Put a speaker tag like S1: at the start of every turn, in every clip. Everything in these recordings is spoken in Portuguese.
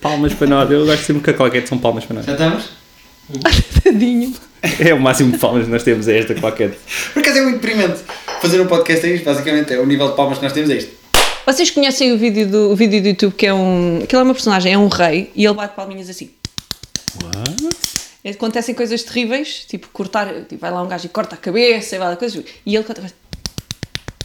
S1: palmas para nós. Eu gosto sempre que a claquete são palmas para nós.
S2: Já estamos?
S3: Tadinho.
S1: É o máximo de palmas que nós temos, é esta claquete.
S2: Por acaso é muito deprimente. Fazer um podcast é isto, basicamente. É o nível de palmas que nós temos, é isto.
S3: Vocês conhecem o vídeo do, o vídeo do YouTube que é um. Aquilo é uma personagem, é um rei e ele bate palminhas assim. Acontecem coisas terríveis, tipo cortar. Tipo, vai lá um gajo e corta a cabeça e vai lá coisas. assim. E ele corta.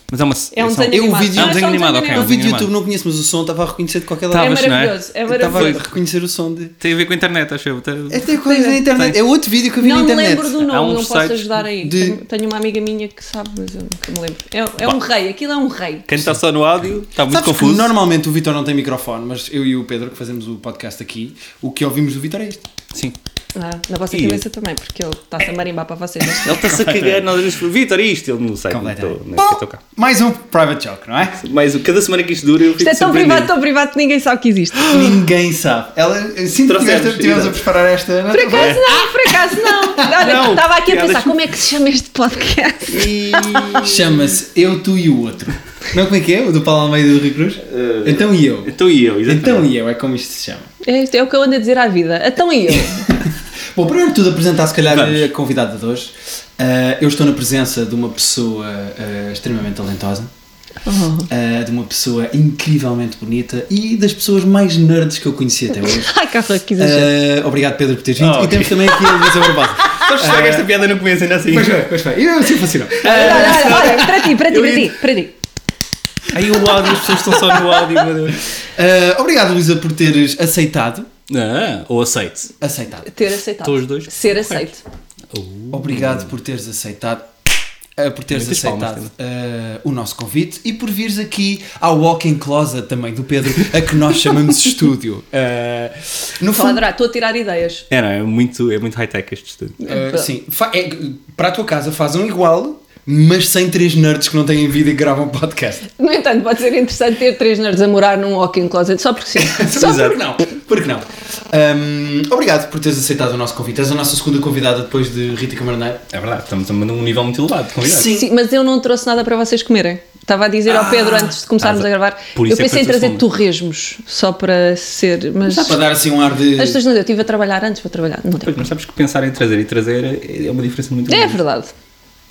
S1: Mas é uma.
S3: É um
S1: só-
S3: desenho
S1: eu
S3: animado.
S1: vi- é um
S3: Não, é só
S1: desenho
S3: um
S1: animado, ok. é
S3: desenho animado.
S1: um
S2: O vídeo do
S1: desenho
S2: YouTube
S1: animado.
S2: não conheço, mas o som estava a reconhecer de qualquer
S3: é
S1: Tava.
S2: lado.
S1: mas não é?
S3: maravilhoso, é
S2: Estava a
S3: maravilhoso.
S2: reconhecer o som de.
S1: Tem a ver com a internet, acho eu. Tá- Tem-
S2: É até coisa na internet. É outro vídeo que eu vi na
S3: Não me
S2: internet.
S3: lembro do nome,
S1: Há um uns
S3: não posso
S1: sites
S3: ajudar aí.
S2: de-
S3: Tenho, tenho uma amiga minha que sabe, mas eu nunca me lembro. É, é um rei, aquilo é um rei.
S1: Quem está só no áudio está muito
S2: Sabes que
S1: confuso.
S2: normalmente o Vitor não tem microfone, mas eu e o Pedro, que fazemos o podcast aqui, o que ouvimos do Vitor é este.
S1: Sim.
S3: Ah, na vossa
S1: E-
S3: cabeça também, porque ele está-se a marimbar para vocês. mas-
S1: Ele está-se a cagar, nós dizemos, Vitor, é isto, ele não sei,
S2: Então,
S1: não é estou, nem sequer estou cá.
S2: mais um private joke, não é?
S1: Mas cada semana que isto dura, eu fico
S3: Isto é tão
S1: surpreendido.
S3: privado, tão privado que ninguém sabe que existe.
S2: Ninguém sabe. Ela, sinto que
S1: Trouxemos,
S2: tiveste- estivemos a
S1: exato.
S2: preparar esta.
S3: Por acaso não, por acaso não.
S1: É. Não,
S3: Estava aqui a
S1: piadas-
S3: pensar como é que se chama este podcast.
S2: Chama-se Eu, Tu e o Outro. Não, como é que é? O do Paulo Almeida e do Rui Cruz? então e eu.
S1: Então e eu, exatamente.
S2: Então e eu, é como isto se chama.
S3: É, isto é o que eu ando a dizer à vida. Então e eu?
S2: Bom, primeiro de tudo apresentar se calhar
S1: Vamos.
S2: a convidada de hoje. Ah, eu estou na presença de uma pessoa ah, extremamente talentosa, ah, de uma pessoa incrivelmente bonita e das pessoas mais nerds que eu conheci até hoje.
S3: Ai, carro,
S1: É.
S3: que exagero.
S2: Ah, obrigado Pedro por teres vindo.
S1: Ah,
S2: E temos também aqui a Luísa Barbosa.
S1: Sabes que estraga esta piada no começo, ainda assim.
S2: Pois bem, pois bem. Eu sempre fascino.
S3: Olha, olha, olha, para ti, para
S1: É.
S3: ti,
S1: Eu
S3: para ti,
S1: ia-
S3: para ti.
S1: Aí o áudio, as pessoas estão só no áudio, meu Deus.
S2: Ah, obrigado Luísa por teres aceitado.
S1: Ah, ou aceite.
S2: Aceitado.
S3: Ter aceitado.
S1: Estão os dois?
S3: Ser aceito.
S2: Obrigado por teres aceitado. ah, por teres
S1: Hum. Muitas palmas,
S2: aceitado ah, o nosso convite e por vires aqui ao Walking Closet também do Pedro, a que nós chamamos de estúdio. Ah, no
S3: Estou a
S2: fundo,
S3: adorar, estou a tirar ideias.
S1: É, não, é muito, é muito high-tech este estudo.
S2: ah, sim, fa- é, para a tua casa faz um igual, mas sem três nerds que não têm vida e que gravam podcast.
S3: No entanto, pode ser interessante ter três nerds a morar num walk-in closet só porque sim.
S2: Só
S1: Exato.
S2: porque não? Porque não? Ahm, obrigado por teres aceitado o nosso convite. És a nossa segunda convidada depois de Rita Camarneiro.
S1: É verdade, estamos a mandar um nível muito elevado de convidados.
S2: Sim.
S3: Sim, mas eu não trouxe nada para vocês comerem. Estava a dizer ao Pedro antes de começarmos
S1: ah,
S3: a gravar.
S1: por
S3: Eu
S1: isso é que
S3: pensei em
S1: tens
S3: trazer
S1: fome.
S3: torresmos só para ser. Mas
S2: Para dar assim um ar de.
S3: as pessoas não deu. Eu estive a trabalhar antes para trabalhar. Não deu.
S1: Pois, mas sabes que pensar em trazer e trazer é uma diferença muito
S3: É
S1: grande.
S3: verdande.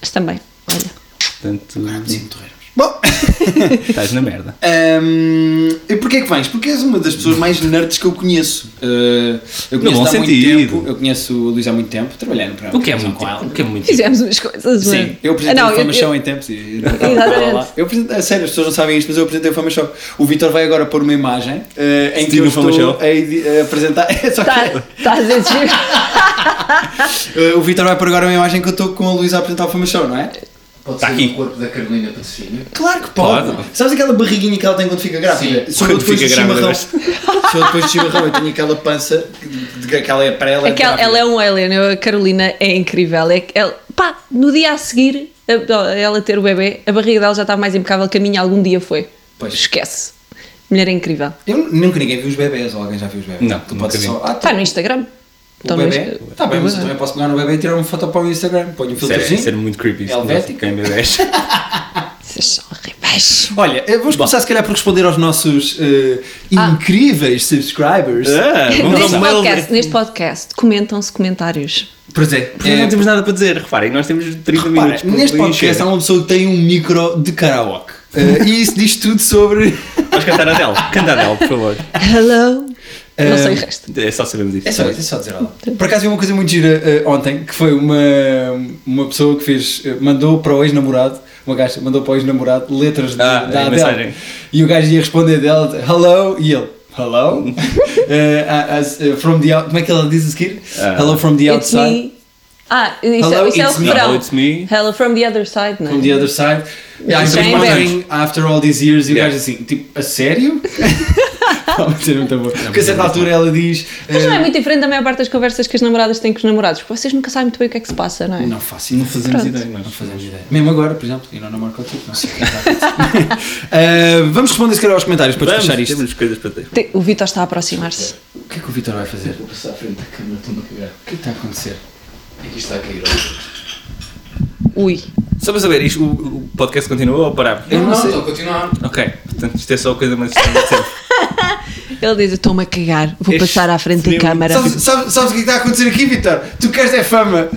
S3: Mas também. Olha.
S1: Portanto,
S2: Sim, torreiros. Bom,
S1: estás na merda.
S2: Ahm, e porquê é que vens? Porque és uma das pessoas mais nerds que eu conheço. Ah, eu
S1: No
S2: conheço
S1: bom
S2: há muito
S1: sentido.
S2: tempo. Eu conheço a Luísa há muito tempo. Trabalhei no programa.
S1: O que é
S2: televisão
S1: muito,
S2: com ela.
S1: o que é muito.
S3: Fizemos umas coisas. não
S2: Sim,
S3: é?
S2: eu apresentei
S3: Ah,
S2: o Fama
S3: eu-
S2: Show em tempos. e-
S3: Exatamente.
S2: Eu apresentei, a sério, as pessoas não sabem isto, mas eu apresentei o Fama Show. O Vitor vai agora pôr uma imagem eh, em que
S1: Sim,
S2: eu
S1: no Fama
S2: estou
S1: Show.
S2: a, edi- a apresentar. É só que-
S3: Tá- Estás a exigir.
S2: Eh, o Vitor vai pôr agora uma imagem que eu estou com a Luísa a apresentar o Fama Show, não é?
S4: Pode
S1: Tá
S4: ser
S1: aqui.
S4: o corpo da Carolina Patrocínio.
S2: Claro que pode.
S1: Pode.
S2: Sabes aquela barriguinha que ela tem quando fica grávida?
S4: Sim.
S2: Sou eu
S1: Quando
S2: depois
S1: fica
S2: de
S1: grávida,
S2: chimarrão. Sou eu depois de chimarrão. Eu tenho aquela pança de que ela é para ela.
S3: É que ela, ela é um alien, eu- a Carolina é incrível. É, que ela, pá, no dia a seguir, a, ela ter o bebê, a barriga dela já estava mais impecável que a minha algum dia foi.
S2: Pois.
S3: Esquece. Mulher é incrível.
S2: Eu nunca ninguém viu os bebés, ou alguém já viu os bebés?
S1: Não,
S2: tu
S1: nunca
S2: podes
S1: vi.
S2: só. Ah,
S3: Está
S2: tá,
S3: no Instagram.
S2: o
S3: Está no
S2: bebê.
S3: Insta-
S2: Tá bem,
S3: o
S2: mas eu
S3: bebê.
S2: também posso pegar no bebê e tirar uma foto para o Instagram. Ponho um
S1: Isso era, isso era
S2: filtrozinho.
S1: muito creepy.
S2: Helvética.
S1: Quem bebés.
S3: Vocês são horríveis.
S2: Olha, eh, vamos começar se calhar por responder aos nossos eh,
S3: Ah.
S2: incríveis subscribers.
S1: Ah, vamos
S3: Neste
S1: ao mail.
S3: podcast, neste podcast, comentam-se comentários.
S2: Pois é,
S1: Porque
S2: eh,
S1: não temos nada para dizer, reparem, nós temos 30
S2: Para,
S1: minutos. para
S2: neste
S1: encher.
S2: podcast há uma pessoa que tem um micro de karaoke. Eh, e isso diz tudo sobre.
S1: Vais cantar a Adele, canta a Adele, por favor.
S3: Hello. Não sei o
S2: Eh,
S3: resto.
S1: É só sabemos isso.
S2: É só, é só dizer olá. Por acaso vi uma coisa muito gira eh, ontem, que foi uma, uma pessoa que fez, eh, mandou para o ex-namorado, uma gaja mandou para o ex-namorado letras de-
S1: Ah,
S2: da
S1: é,
S2: Adele.
S1: mensagem.
S2: E o gajo ia responder dela, hello, e ele, hello, Eh, as- eh, from the out, como é que ela diz a seguir?
S1: Ah.
S2: hello from the
S3: It's
S2: outside,
S3: me. Ah, isso,
S2: Hello,
S3: é, isso é o
S2: it's me.
S3: refrão.
S1: Hello, it's me.
S3: Hello from the other side, não é?
S2: from the other side. I'm
S3: Isso já é
S2: remembering after all these years, e o
S1: Yeah.
S2: gajo assim, tipo, a sério? Ah, mas era
S1: É
S2: muito bom. Porque a certa altura ela diz...
S3: Mas não é
S2: eh,
S3: muito diferente da maior parte das conversas que as namoradas têm com os namorados, porque vocês nunca sabem muito bem o que é que se passa, não é?
S2: não faço ideia.
S1: Não é? fazemos
S3: Pronto.
S1: ideia, nós.
S2: fazemos ideia. Mesmo agora, por exemplo, eu não namoro contigo, não sei o que está a acontecer. Ah, Vamos responder se calhar aos comentários para
S1: Vamos,
S2: despachar isto.
S1: temos coisas para ter.
S3: Te- O Vitor está a aproximar-se.
S2: O que é que o Vitor vai fazer?
S4: Vou passar à frente da câmara, estou-me a cagar.
S2: O que é que está a acontecer?
S4: Aqui está a cair. ó.
S3: Ui.
S1: Só para saber, isto, o, o podcast continua ou parar?
S2: Eu não sei.
S4: estou a continuar.
S1: Ok, portanto isto é só a coisa mais estranha de sempre.
S3: Ele diz: Estou-me a cagar, vou
S1: Este
S3: passar à frente da
S1: frio-
S3: câmara.
S2: Sabes, sabes- sabes o que está a acontecer aqui, Vitor? Tu queres é fama.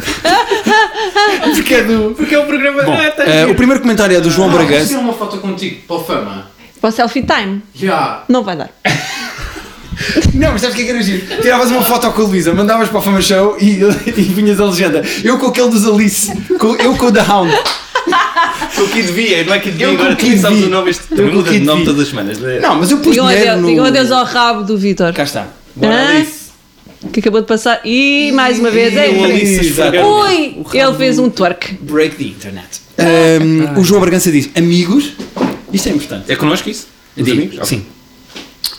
S2: porque é do.
S1: Porque é um programa.
S2: Bom,
S1: Ah, tá
S2: eh,
S1: giro.
S2: o primeiro comentário é do João
S4: Posso
S2: Bragança.
S4: tirar uma foto contigo para o fama?
S3: Para o selfie time,
S4: Já.
S3: não vai dar.
S2: É Não, mas sabes o que é que era giro? Tiravas uma foto com a Luísa, mandavas para o Fama Show e, e vinhas a legenda. Eu com aquele dos Alice, com- eu com o The Hound.
S1: Com o Kid V, é, não é Kid V,
S2: Eu com
S1: agora
S2: o Kid
S1: tu sabes
S2: V.
S1: o nome. Este
S2: Eu
S1: também
S2: com o
S1: muda de
S2: Kid
S1: nome
S2: V.
S1: todas as semanas. é.
S2: Não, mas eu pus
S3: Digam
S2: dinheiro
S3: adeus,
S2: no...
S3: digam adeus ao rabo do Vitor,
S2: Cá está.
S1: Bora,
S3: Ah.
S1: Alice.
S3: que acabou de passar. E mais uma vez,
S2: E
S3: é
S2: o
S3: incrível.
S2: Alice
S1: Exato.
S2: esfregou.
S3: Ui, ele fez um twerk.
S2: Break the internet. Ahm,
S3: Ah,
S2: o João Bragança diz, amigos, isto é importante.
S1: É connosco isso? Os
S2: Digo,
S1: amigos? Ok.
S2: Sim.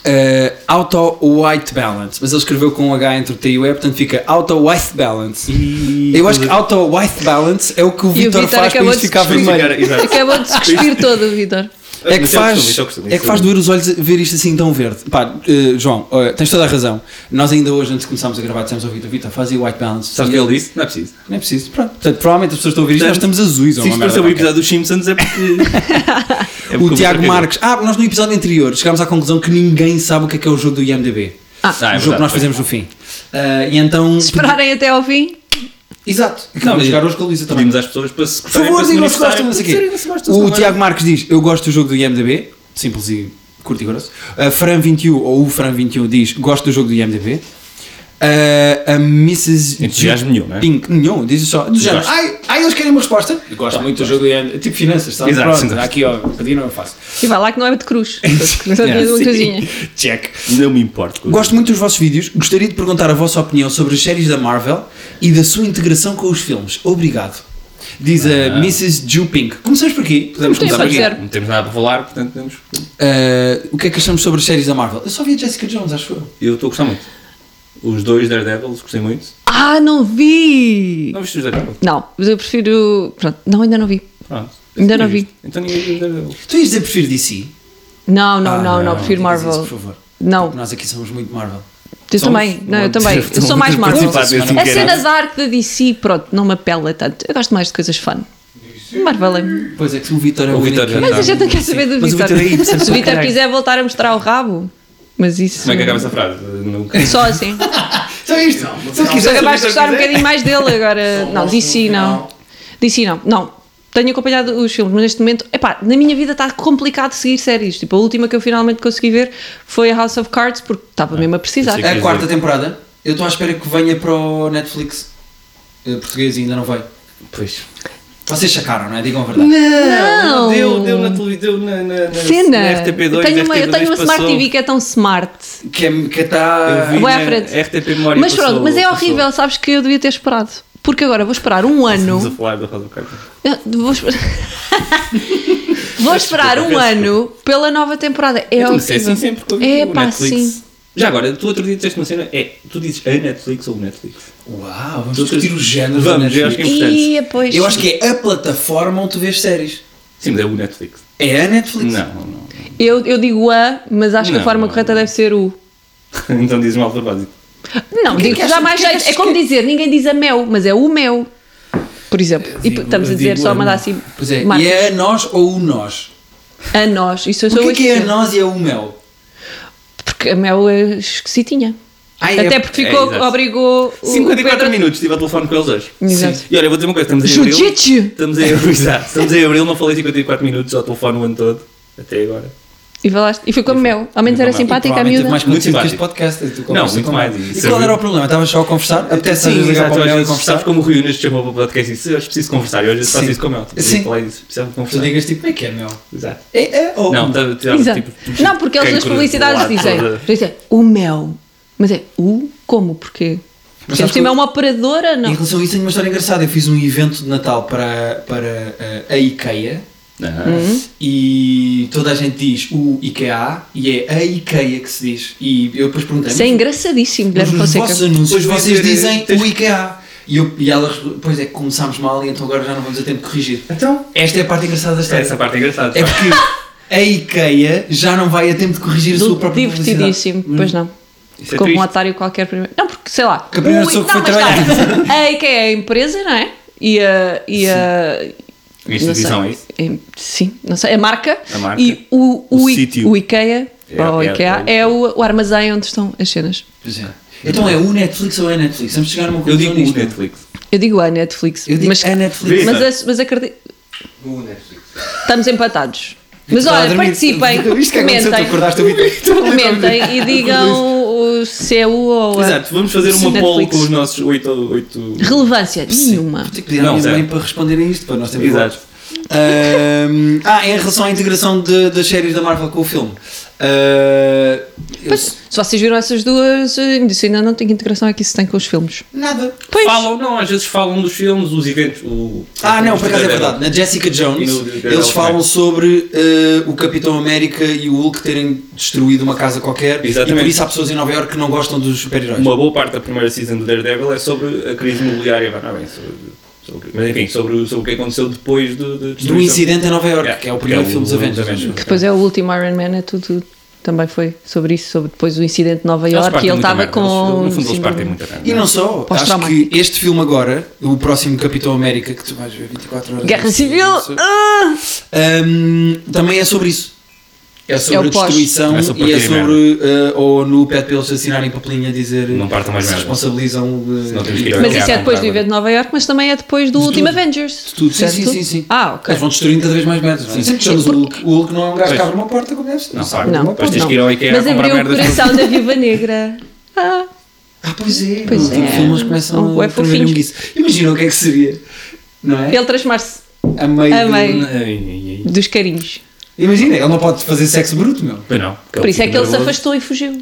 S2: Eh, auto white balance, mas ele escreveu com um H entre o T e o E, portanto fica auto white balance.
S1: E-
S2: Eu acho que auto white balance é o que o
S3: E o
S2: Vitor
S3: Vitor
S2: faz para
S3: acabou
S2: isto
S3: de
S2: ficar
S1: Mas
S2: vermelho.
S1: agora- exato.
S3: Acabou de se cuspir todo o Vitor.
S2: É que
S1: Mas eu
S2: faz,
S1: costumo, eu costumo,
S2: é que
S1: isso-
S2: faz doer os olhos ver isto assim tão verde. Pá, eh, João, eh, tens toda a razão. Nós ainda hoje, antes de começarmos a gravar, dissemos ao Vitor: Vitor, faz aí white balance.
S1: Sabes o que ele disse? Não é preciso.
S2: Não é preciso. Pronto. Portanto, provavelmente as pessoas estão a ouvir isto, nós
S1: Portanto,
S2: estamos azuis. ou
S1: Se
S2: uma
S1: isto pareceu
S2: merda
S1: um
S2: qualquer.
S1: episódio dos Simpsons é porque. é porque
S2: o Tiago
S1: Vitor
S2: Marques. Ah, nós no episódio anterior chegámos à conclusão que ninguém sabe o que é que é o jogo do IMDB.
S3: Ah.
S1: Ah, é
S2: o jogo que
S1: verdade,
S2: nós fazemos no fim. Ah, e então.
S3: Esperarem até ao fim.
S2: Exato. Não, mas jogar hoje com a Luísa também.
S1: Pedimos às pessoas para se
S2: Por favor,
S1: para
S2: digam se
S1: manifestarem.
S2: gostam, não sei
S1: Sim,
S2: quê.
S1: se gostam, se
S2: O
S1: não
S2: Tiago Marques diz: Eu gosto do jogo do IMDB. Simples e curto e grosso. Ah, A Fran21 ou o Fran21 diz: Gosto do jogo do IMDB. Ah, a Mrs.
S1: Entusiasmo nenhum, não é?
S2: Pink, nenhum, diz só. Do género.
S1: Gosto.
S2: Ai, ai, eles querem uma resposta. Eu gosto muito do jogo do IMDB. Tipo finanças, sabe?
S1: Exato, sim,
S2: Pronto,
S1: gosto.
S2: aqui, ó, pedi, não eu faço.
S3: E vai lá que não é de cruz. Só
S2: Yeah,
S3: tinha uma
S2: sim.
S3: coisinha.
S2: Check.
S1: Não me importo. com-
S2: Gosto muito dos vossos vídeos. Gostaria de perguntar a vossa opinião sobre as séries da Marvel e da sua integração com os filmes. Obrigado. Diz a Mrs. Ju Pink. Começamos por aqui. Podemos
S3: Sim,
S2: começar por
S3: pode
S2: aqui.
S3: ser.
S1: Não temos nada para falar, portanto temos.
S2: Ah, o que é que achamos sobre as séries da Marvel? Eu só vi a Jessica Jones, acho eu.
S1: Eu estou a gostar muito. Os dois Daredevils, gostei muito.
S3: Ah, não vi!
S1: Não viste os Daredevils?
S3: Não, mas eu prefiro. Pronto, não, ainda não vi.
S1: Pronto.
S3: Ainda não vi.
S1: Então ninguém viu os Daredevils.
S2: Tu ias dizer prefiro DC?
S3: Não, não,
S2: Ah,
S3: não, não, prefiro
S2: digas isso,
S3: Marvel.
S2: por favor.
S3: Não,
S2: Nós aqui somos muito Marvel.
S3: eu
S2: somos-
S3: também, não, eu
S1: Vou
S3: também.
S1: ter-
S3: Eu sou
S1: vou
S3: mais
S1: ter
S3: Marvel.
S1: participado nesse
S3: A
S1: caralho.
S3: cena dark da DC, pronto, não me apela tanto. Eu gosto mais de coisas fun. Marvel é.
S2: Pois é que o Vitor é o,
S1: O Vitor já
S2: único que-
S1: está.
S3: Mas a gente não quer saber do
S2: Mas o
S3: Vitor.
S2: Vitor é hipster,
S3: Se o
S2: pá,
S3: Vitor
S2: caralho.
S3: quiser voltar a mostrar o rabo, mas isso.
S1: Como é que acaba essa frase? Nunca.
S3: Só assim.
S2: Só isto. É Se eu
S3: Só
S2: quiser.
S3: capaz de
S1: Vitor
S3: gostar um
S1: quiser.
S3: bocadinho mais dele agora. Não, DC não. DC não. Não. Tenho acompanhado os filmes, mas neste momento, epá, na minha vida está complicado seguir séries. Tipo, a última que eu finalmente consegui ver foi a House of Cards, porque estava mesmo a precisar.
S1: eu sei
S2: É
S1: Quer
S2: a
S1: dizer-
S2: quarta temporada. Eu estou à espera que venha para o Netflix eh, português e ainda não veio.
S1: Pois.
S2: Vocês sacaram, não é? Digam a verdade.
S3: Não!
S1: Deu, deu na televisão, na, na, na,
S3: Cena!
S1: na RTP2.
S3: eu tenho uma, eu
S1: RTP2
S3: tenho uma Smart
S1: passou.
S3: TV que é tão smart.
S2: Que é que está.
S1: Eu vi
S3: Vai à
S1: na
S3: frente.
S1: RTP Memória
S3: Mas pronto,
S1: passou-
S3: mas é
S1: passou.
S3: horrível, sabes que eu devia ter esperado. Porque agora vou esperar um
S1: Estamos a
S3: ano.
S1: falar da Rosa Carter.
S3: Eu Vou esperar, vou esperar um
S1: desculpa.
S3: ano pela nova temporada. É
S1: Então, mas é assim
S3: horrível.
S1: sempre que eu vi
S3: É
S1: o
S3: pá,
S1: Netflix.
S3: sim.
S1: Já agora, tu outro dia disseste uma cena, é, tu dizes a Netflix ou o Netflix?
S2: Uau, vamos
S1: Tu- tu-
S2: discutir os géneros
S1: Então, Vamos,
S2: da
S1: eu acho
S2: Netflix.
S1: que é importante.
S3: E, pois.
S2: Eu acho que é a plataforma onde tu vês séries.
S1: Sim, mas é o Netflix.
S2: É a Netflix.
S1: Não, não.
S3: Eu, eu digo a, mas acho que a
S1: Não,
S3: forma
S1: não.
S3: correta deve ser o.
S1: então dizes mal para básico.
S3: Não,
S2: Porquê
S3: digo
S2: que achas-
S3: já mais
S2: porquê que
S3: jeito. É
S2: achas
S3: como
S2: que-
S3: dizer, ninguém diz a mel, mas é o mel. Por exemplo. E
S2: Digo-
S3: estamos a dizer
S2: digo
S3: só
S2: a
S3: mandar
S2: nós.
S3: assim.
S2: Pois é,
S3: Marcos,
S2: e é a nós ou o nós?
S3: A nós. Isso eu sou
S2: Porquê
S3: eu
S2: que é a
S3: dizer.
S2: nós e é o mel?
S3: Porque a mel é esquisitinha.
S2: Ah, é-
S3: Até porque
S1: é,
S3: ficou,
S1: exato.
S3: obrigou. o
S1: 54
S3: Pedro-
S1: minutos, estive ao telefone com eles hoje.
S3: Exato.
S1: E olha, vou dizer uma coisa, estamos em abril.
S3: Jiu-jitsu!
S1: Estamos em abril, exato. Estamos em abril, não falei 54 minutos ao telefone o ano todo, até agora.
S3: E, falaste, e foi como mel. Ao menos
S1: E
S3: era
S1: foi-
S3: simpática a
S2: Provavelmente teve
S3: miúda.
S2: mais
S1: Muito
S2: conteúdo que este
S1: simpático.
S2: podcast. e tu
S1: Não,
S2: conversas
S1: muito
S2: com
S1: mais,
S2: ele. E
S1: isso
S2: qual
S1: é
S2: era
S1: muito-
S2: o problema? Estavas só a conversar? Apetece Tipo, às
S1: Sim,
S2: vezes ligar
S1: exato,
S2: para o mel e
S1: sabes- sabes
S2: conversar?
S1: como o Rui Unas chamou para o podcast e disse, "Hoje preciso conversar, e hoje eu faço
S2: Sim.
S1: isso com ele.
S2: Sim.
S1: Falei disso, precisava
S2: Tu
S1: conversar.
S2: digas tipo, como é que é mel?
S1: Exato.
S2: É, é ou
S1: Não, tá- tá-
S3: Exato.
S1: tipo,
S3: não, porque eles
S1: quem
S3: nas
S1: cruza
S3: publicidades
S1: do lado
S3: dizem,
S1: toda-
S3: dizem o mel. Mas é o como? Porquê?
S2: Mas
S3: Porque
S2: sabes
S3: por cima
S2: que-
S3: é uma operadora, não.
S2: Em relação a isso, tenho uma história engraçada. Eu fiz um evento de Natal para, para eh, a IKEA
S1: Ah,
S2: Hum.
S3: Hum?
S2: e toda a gente diz o IKEA e é a IKEA que se diz. E eu depois perguntei.
S3: Isso é
S2: mas
S3: engraçadíssimo, Guilherme
S2: nos vossos
S3: Fonseca.
S2: anúncios
S1: Pois vai
S2: vocês
S1: ser,
S2: dizem
S1: tens-
S2: o IKEA. E, eu, e elas, pois é, começámos mal e então agora já não vamos a tempo de corrigir.
S1: Então,
S2: Esta é a parte engraçada da história.
S1: essa parte é engraçada.
S2: É porque a IKEA já não vai a tempo de corrigir a sua própria publicidade. Hum?
S3: Divertidíssimo, pois não.
S1: Isso é
S3: Ficou com um
S1: triste.
S3: otário qualquer primeiro. Não, porque sei lá.
S2: Que a primeira
S3: o-
S2: pessoa que foi
S3: não, mas tá, A IKEA é a empresa, não é? E a. E a
S1: Instituição,
S3: não
S1: é
S3: sei,
S1: isso?
S3: Sim, não sei. A marca.
S1: A marca.
S3: E o, o,
S1: O
S3: I-
S1: sítio.
S3: o IKEA para o
S1: É, é,
S3: IKEA, é, o, o armazém onde estão as cenas.
S2: Pois é. Então é o Netflix ou é a Netflix? Vamos chegar a uma
S1: Eu
S2: conclusão
S1: digo o
S2: nisto.
S1: Netflix.
S3: Eu digo a Netflix,
S2: Eu digo
S3: mas,
S2: a Netflix.
S3: mas, a- mas acredito,
S4: No Netflix.
S3: estamos empatados. Mas
S2: Estava a
S3: olha,
S2: dormir.
S3: participem,
S2: Isto que aconteceu, tu
S3: comentem,
S2: acordaste o Vitor.
S3: comentem e digam o- se é o ou a
S1: Exato, vamos fazer uma
S3: Netflix.
S1: poll com os nossos 8. oito...
S3: relevância nenhuma.
S2: Tem que pedir à
S1: Não,
S2: minha
S1: zero.
S2: mãe para responder a isto, para nós termos
S1: Exato.
S2: votos. Ahm, ah, em relação à integração de- das séries da Marvel com o filme. Ah, eu-
S3: Pois, se vocês viram essas duas, eh, me disse ainda não tem integração aqui se tem com os filmes.
S2: nada.
S3: Pois,
S1: Falam, não, às vezes falam dos filmes, os eventos. O...
S2: Ah, não,
S1: os
S2: por acaso é
S1: Daredevil.
S2: verdade. Na Jessica Jones,
S1: No-
S2: eles falam sobre eh, o Capitão América e o Hulk terem destruído uma casa qualquer. E
S1: Exatamente.
S2: por isso há pessoas em Nova Iorque que não gostam dos super-heróis.
S1: Uma boa parte da primeira season do Daredevil é sobre a crise imobiliária. Não, é bem, sobre, sobre- mas enfim, sobre, o- sobre o que aconteceu depois do, do,
S2: Do incidente em Nova Iorque,
S1: Yeah,
S2: que é o primeiro filme dos Avengers.
S3: que depois é o último Iron Man, é tudo. Também foi sobre isso, sobre depois o incidente de Nova
S1: Eles
S3: York e
S1: partem
S3: ele
S1: muita
S3: estava
S1: merda,
S3: com.
S1: eles- No fundo, eles
S3: síndrome-
S1: partem muita merda.
S2: E não só, acho que
S3: Pós-traumático.
S2: este filme agora, o próximo Capitão América, que tu vais ver 24 horas.
S3: Guerra
S2: antes,
S3: Civil!
S2: não sei,
S3: ah!
S2: Hum, também é sobre isso. É
S3: É
S2: sobre
S3: o
S2: a destruição
S1: pós. É sobre
S2: e é
S1: partir em
S2: sobre eh, ou no pede para eles assinarem papelinho a dizer
S1: Não partam mais
S2: se
S1: merda.
S2: responsabilizam eh, de,
S1: Senão temos que ir ao
S3: Mas
S1: que
S3: isso
S1: há
S3: é depois do
S1: comprado.
S3: evento de Nova York, mas também é depois do
S2: De
S3: último
S2: tudo.
S3: Avengers.
S2: de tudo. Sim,
S3: certo?
S2: sim, sim, sim.
S3: Ah, ok.
S2: Eles vão destruindo cada vez mais merda. Sempre que chamas o Hulk, o Hulk não é um gajo que
S1: Pois.
S2: abre uma porta como deve ser.
S1: Não
S2: sabe
S1: sabe.
S2: abrir
S3: Não,
S2: uma
S1: Depois
S2: porta.
S1: tens
S3: não.
S1: que ir ao IKEA
S3: Mas
S1: comprar
S3: abriu o
S1: merdas para-
S3: coração da Viúva Negra. Ah,
S2: Ah, pois é.
S3: Pois
S2: no último
S3: é.
S2: filme eles começam
S3: Ou é
S2: a prever
S3: fofinhos.
S2: isso. Imagina o que é que seria. Não é?
S3: ele transformar-se
S2: A meio.
S3: a
S2: do-
S3: meio.
S1: Ai, ai, ai.
S3: dos carinhos.
S2: Imagina, ele não pode fazer sexo bruto, meu.
S1: Pois não.
S3: Por isso é que ele se
S1: Daredevil-
S3: afastou e fugiu.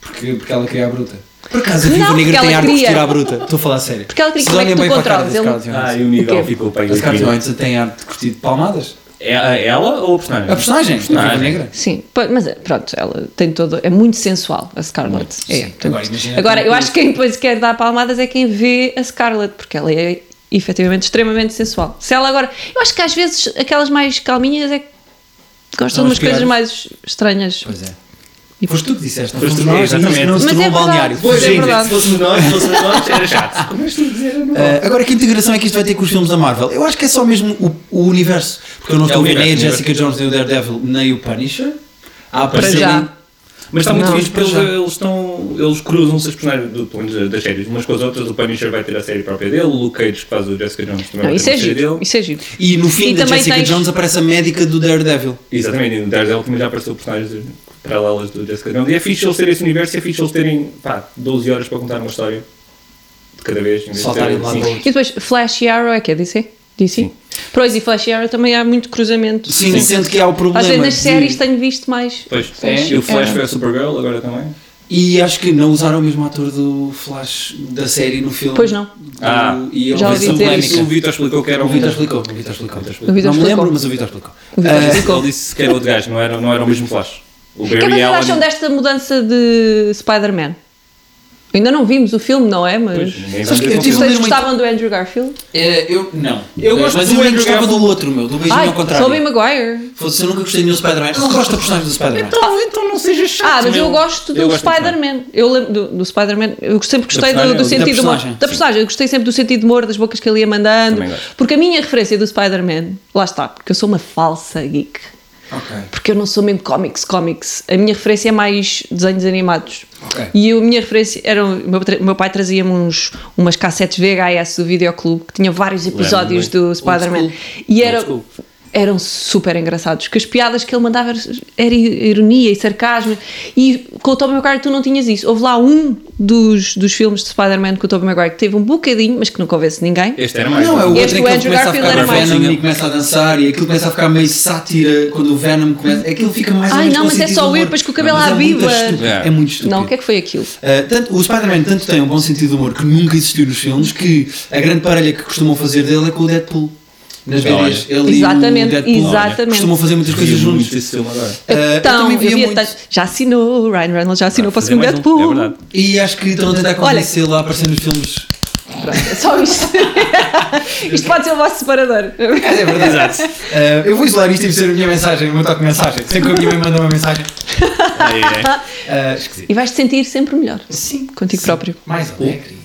S2: Porque, porque ela queria a bruta. Por acaso a
S3: Não,
S2: Viva
S3: porque
S2: Negra tem
S3: ela
S2: ar de
S3: queria.
S2: curtir à bruta. Estou a falar sério.
S3: Porque ela queria- como é que
S2: Se olhem
S3: tu
S2: bem para a cara
S3: controlas?
S2: desse
S3: Ele-
S2: Scarlett Johansson.
S1: Ah, e o nível
S3: quê?
S1: ficou para
S2: A Scarlett
S1: ele.
S2: Johansson tem ar de curtir de palmadas.
S1: É a- ela ou o personagem?
S2: A personagem, a Viva
S1: Personagem.
S2: Negra.
S3: Sim, po- mas é, pronto, ela tem todo. É muito sensual a Scarlett.
S2: Muito,
S3: É,
S2: sim.
S3: tem-
S2: Agora, imagina- é
S3: Agora, eu acho que quem depois quer dar palmadas é quem vê a Scarlett, porque ela é efetivamente extremamente sensual. Se ela agora. Eu acho que às vezes aquelas mais calminhas é que gostam
S2: Não, as
S3: de umas coisas
S2: piores.
S3: mais estranhas.
S2: Pois é.
S3: E-
S2: Foste tu que disseste, não
S1: Foste
S2: fomos
S1: tu,
S2: nós,
S1: exatamente.
S2: e isso não se
S3: Mas
S2: tornou
S3: é
S2: um
S3: verdade.
S2: balneário.
S3: Pois é
S2: Fugindo.
S3: verdade.
S1: Se fôssemos nós, se fôssemos nós, era chato.
S2: Ah, agora, que integração é que isto vai ter com os filmes da Marvel? Eu acho que é só mesmo o, o universo. Porque eu não
S1: É
S2: estou
S1: o
S2: a ver nem a
S1: universo,
S2: Jessica Jones, nem o Daredevil, nem o Punisher. Ah,
S1: Para
S2: apareceu
S3: já.
S2: ali-
S1: Mas está muito
S3: Não,
S1: fixe porque eles,
S2: já.
S1: eles estão. Eles cruzam-se os personagens do, pelo menos das séries umas com as outras. O Punisher vai ter a série própria dele, o Luke Cage que faz o Jessica Jones também
S3: Não,
S1: vai
S3: isso
S1: ter
S3: é
S1: uma série
S3: giro.
S1: dele.
S3: Isso é giro.
S2: E no fim
S3: E
S2: da
S3: também
S2: Jessica
S3: tens-
S2: Jones aparece a médica do Daredevil.
S1: Exatamente, e no Daredevil também já apareceu personagens paralelas do Jessica Jones. E é fixe eles terem esse universo e é fixe eles terem pá, 12 horas para contar uma história de cada vez. em vez de
S2: Saltarem de um
S1: terem,
S2: lado
S1: sim.
S2: para o outro.
S3: E depois Flash e Arrow é que é DC? DC?
S1: Sim.
S3: Pois, e Flash e Arrow também há muito cruzamento.
S2: Sim, sendo que há o problema.
S3: Às vezes nas
S2: de-
S3: séries tenho visto mais.
S1: Pois,
S2: É,
S1: e o Flash
S3: é.
S1: foi a Supergirl agora também.
S2: E acho que não usaram o mesmo ator do Flash da série no filme.
S3: Pois não.
S2: Do-
S1: Ah,
S2: e
S3: já
S2: houve essa
S3: ouvi dizer
S1: Isso o
S2: polémica.
S1: Vitor explicou que era
S2: O
S1: um.
S2: Vitor explicou. O Vitor explicou.
S3: O Vitor
S2: não me
S3: explicou.
S2: lembro, mas o Vitor explicou.
S3: O Vitor
S2: Ah,
S3: explicou.
S1: Ele disse que era outro gajo, não era, não era o mesmo Flash. O
S3: O que é
S1: Barry
S3: que vocês
S1: Allen.
S3: acham desta mudança de Spider-Man? Ainda não vimos o filme, não é? Mas
S1: Pois, ninguém
S2: Sabes
S1: vai
S2: que eu
S1: ver.
S2: tive-
S3: vocês
S2: Muito-
S3: gostavam do Andrew Garfield?
S2: É, eu não.
S1: Eu gosto
S2: mas
S1: do
S2: eu nem
S1: Andrew
S2: gostava do
S1: Garfield.
S2: outro, meu, do beijinho ao contrário.
S3: Tobey Maguire.
S2: Foda-se, eu nunca gostei de nenhum Spider-Man. Eu não gosto da personagem do Spider-Man.
S1: Então, então não seja chato.
S3: Ah, mas eu
S1: meu.
S3: gosto do
S1: Eu gosto muito
S3: Spider-Man. Eu lembro do, do Spider-Man. Eu sempre gostei do,
S1: personagem
S3: do
S1: ou da
S3: sentido de humor.
S2: personagem?
S3: Da personagem. Eu gostei sempre do sentido de humor, das bocas que ele ia mandando.
S1: Também gosto.
S3: Porque a minha referência do Spider-Man, lá está, porque eu sou uma falsa geek.
S2: Ok.
S3: Porque eu não sou mesmo comics, comics. A minha referência é mais desenhos animados.
S2: Ok.
S3: E eu- a minha referência era. O meu, tra- o meu pai trazia-me uns- umas cassetes VHS do videoclube que tinha vários episódios
S1: Lembro-me.
S3: do Spider-Man.
S2: Old school.
S3: E
S1: Old
S3: era,
S1: school.
S3: eram super engraçados. Que as piadas que ele mandava era, era ironia e sarcasmo. E com o Tobey Maguire tu não tinhas isso. Houve lá um dos, dos filmes de Spider-Man com o Tobey Maguire que teve um bocadinho, mas que não convence ninguém.
S1: Este era mais. um.
S2: Não, é o outro
S3: Este
S2: em que ele
S3: Andrew
S2: começa a
S3: Garfield
S2: ficar
S3: era mais- um.
S2: Venom e começa a dançar e aquilo começa a ficar meio sátira quando o Venom começa. Aquilo fica mais ou
S3: Ai,
S2: menos
S3: não,
S2: com
S3: mas é
S2: sentido
S3: só
S2: de
S3: eu,
S2: humor.
S3: depois que o cabelo
S2: Não, mas
S3: à
S2: é muito
S3: viva.
S2: estúpido,
S1: É.
S2: É muito estúpido.
S3: Não, o que é que foi aquilo?
S2: Uh, tanto, o Spider-Man tanto tem um bom sentido de humor que nunca existiu nos filmes que a grande parelha que costumam fazer dele é com o Deadpool. Nas
S1: Então, Olha.
S2: BDs. Ele
S3: Exatamente,
S2: e o Deadpool
S3: exatamente.
S2: costumam fazer muitas coisas
S1: Rio muito
S2: juntos.
S1: esse filme agora.
S2: Uh, eu
S3: Então,
S2: também
S3: eu
S2: via
S3: via
S2: muito.
S3: tanto- já assinou, o Ryan Reynolds já assinou para o
S1: Fazer
S3: segundo
S1: mais um,
S3: Deadpool.
S1: É verdade.
S2: E acho que estão a tentar
S3: Olha.
S2: convencê-lo a aparecer nos filmes.
S3: Pronto, é só isto. isto pode ser o vosso separador.
S2: É verdade. Uh, eu vou isolar isto e ser a minha
S5: é
S2: mensagem, o meu toque de mensagem. Sempre que a minha mãe manda uma mensagem.
S1: Ai, ai, ai.
S2: Uh, esquisito.
S3: E vais-te sentir sempre melhor.
S2: Sim.
S3: Contigo próprio.
S2: Mais alegre.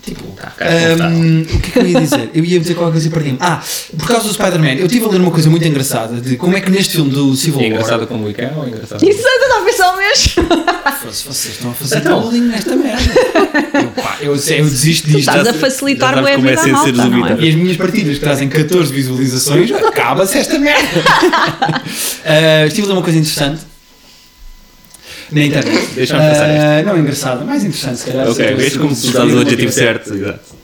S5: Tipo, tá, cara, confortável.
S2: Ahm, o que é que eu ia dizer? Eu ia dizer qualquer coisa e perdi Ah, por causa do Spider-Man, eu estive a ler uma coisa muito engraçada de como é que neste filme do Civil
S5: É
S2: War.
S5: engraçado como o Ikea ou é engraçado?
S3: Isso eu estava a pensar ao mesmo.
S2: Vocês vocês estão a fazer
S5: Então.
S2: bullying nesta merda. Eu, pá, eu, eu desisto disto.
S5: Tá.
S3: Estás a
S5: já
S3: facilitar
S5: sabes
S3: bué a
S5: como é
S3: vida à
S5: ser
S3: malta,
S5: seres
S3: não é?
S5: ouvidos.
S2: E as minhas partidas que trazem 14 visualizações,
S5: Tá.
S2: acaba-se esta merda. Ah, estive a ler uma coisa interessante. Na internet.
S5: Deixa-me pensar
S2: Ah, Não, é engraçada, mais interessante se calhar.
S5: Ok,
S2: se eu-
S5: vês
S2: se-
S5: como
S2: se-
S5: se usas o
S2: se-
S5: adjetivo certo. exato.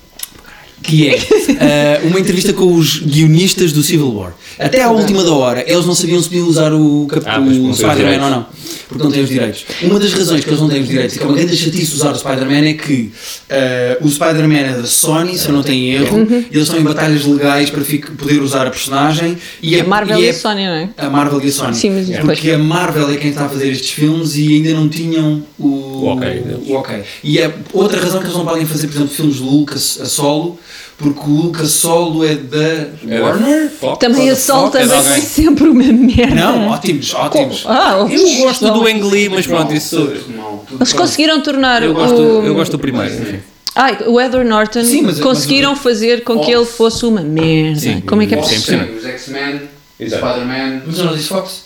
S2: que é eh, uma entrevista com os guionistas do Civil War. Até à última da hora, eles não sabiam se podiam usar o, cap-
S5: Ah, pois, porque
S2: o
S5: não têm os
S2: Spider-Man
S5: direitos.
S2: ou não, porque não têm os direitos. Uma das razões que eles não têm os direitos e que é uma grande chatice usar o Spider-Man é que eh, o Spider-Man é da Sony, se eu não tenho erro,
S3: Uhum.
S2: e eles estão em batalhas legais para fi- poder usar a personagem. E é,
S3: A Marvel
S2: e
S3: e
S2: é
S3: a Sony, não é?
S2: a Marvel e a Sony.
S3: Sim, mas depois-
S2: Porque a Marvel é quem está a fazer estes filmes e ainda não tinham o,
S5: O ok deles.
S2: o ok. E é outra razão que eles não podem fazer, por exemplo, filmes do Lucas a solo, porque o Lucas solo é da
S5: É da
S2: Warner.
S5: Fox?
S3: Também a
S5: Fox?
S3: Sol
S5: É de
S3: também foi
S5: alguém.
S3: sempre uma merda.
S2: Não, ótimos, ótimos.
S3: Ah, o-
S5: Eu gosto do Ang Lee, mas pronto, isso.
S4: Não, tudo
S3: Eles
S4: bom.
S3: conseguiram tornar
S5: Eu
S3: o.
S5: gosto, eu gosto do primeiro, enfim.
S3: Ai, o Edward Norton
S2: Sim, mas-
S3: conseguiram fazer com que
S2: Oh.
S3: ele fosse uma merda.
S5: Sim,
S3: Como é que é
S5: Fox.
S4: Sim,
S3: possível?
S5: impressionante.
S4: Os X-Men,
S5: Exato.
S4: Spider-Man.
S2: Mas eu não disse Fox.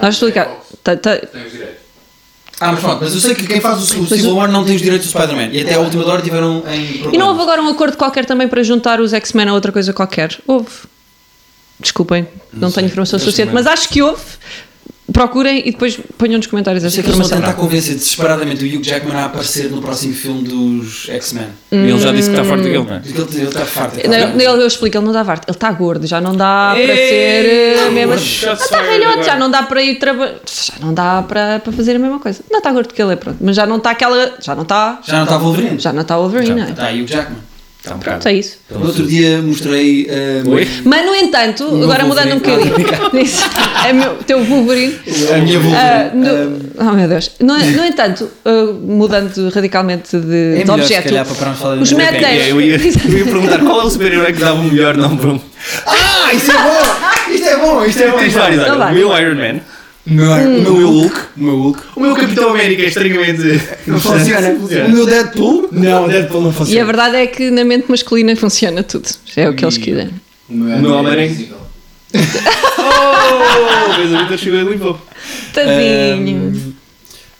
S3: Nós explicar. Tá, tá-
S4: Tem os direitos.
S2: Ah, mas pronto, mas eu sei que quem faz o, o Civil War não tem os direitos do Spider-Man. E até à última hora tiveram em.
S3: E não
S2: problemas.
S3: houve agora um acordo qualquer também para juntar os X-Men a outra coisa qualquer? Houve. Desculpem, não, tenho informação suficiente, mas acho que houve. Procurem e depois ponham nos comentários essa
S2: Sei que eles vão
S3: informação.
S2: tentar convencer desesperadamente o Hugh Jackman a aparecer no próximo filme dos X-Men.
S3: Hum.
S5: Ele já disse que está forte daquele, não é?
S3: Tá
S2: Diz que Ele, ele está farto. ele
S3: Não,
S2: está
S3: ele, eu explico, ele não dá varte, ele está gordo, já não dá para ser eh, a mesma. Já está velhote, já não dá para ir trabalhar. Já não dá para, para fazer a mesma coisa. Não está gordo que ele é, pronto. Mas já não está aquela. Já não está.
S2: Já não está Wolverine?
S3: Já não está Wolverine, não é?
S2: Está aí o Jackman.
S5: Está um bocado.
S3: Pronto, é isso.
S2: No outro dia mostrei. ah,
S5: Oi?
S3: Mas no entanto, agora mudando um
S2: Wolverine.
S3: bocadinho. Isso, é meu, teu Wolverine.
S2: A minha
S3: Ah,
S2: Wolverine. é
S3: no, oh meu Deus. No, no entanto, ah, mudando radicalmente de,
S2: É
S3: de
S2: melhor, se
S3: objeto,
S2: calhar, para pararmos de falar de
S3: os
S2: Wolverine.
S3: metais.
S5: é, Eu ia, eu ia perguntar qual é o super-herói que dava o melhor nome para um.
S2: Ah, isto é bom! Isto é bom! Isto é bom! Hum.
S5: Tens
S2: isto é
S5: vários,
S3: Então
S5: olha.
S3: vá.
S5: O meu Iron Man.
S2: bom. O meu- é? O meu Hulk. O meu Hulk.
S5: O meu Capitão América é estranhamente.
S2: Não funciona. O meu Deadpool. Não, o Deadpool não funciona.
S3: E a verdade é que na mente masculina funciona tudo. É o que eles quiserem.
S4: O
S5: O
S4: meu
S5: meu
S4: Homem-Aranha
S5: Homem-Aranha.
S4: Invisível.
S5: Oh! Mas o Vitor chegou muito bom.
S3: Tadinho.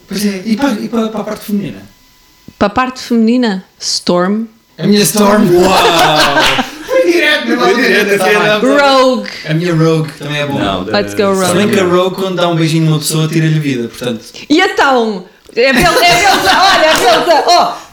S2: Pois é, e para, e para, para a parte feminina?
S3: Para a parte feminina, Storm,
S2: A minha Storm.
S5: Ah,
S2: Uau! Foi direto, meu
S5: Foi direto, assim,
S2: irmão.
S3: Rogue.
S2: A minha Rogue também é boa.
S5: Não, da-
S3: Let's go,
S2: Se
S3: Rogue.
S2: bem que a Rogue, quando dá um beijinho numa pessoa, tira-lhe vida, portanto.
S3: E então? É a Belza, é a Belza, olha, a Belza, ó.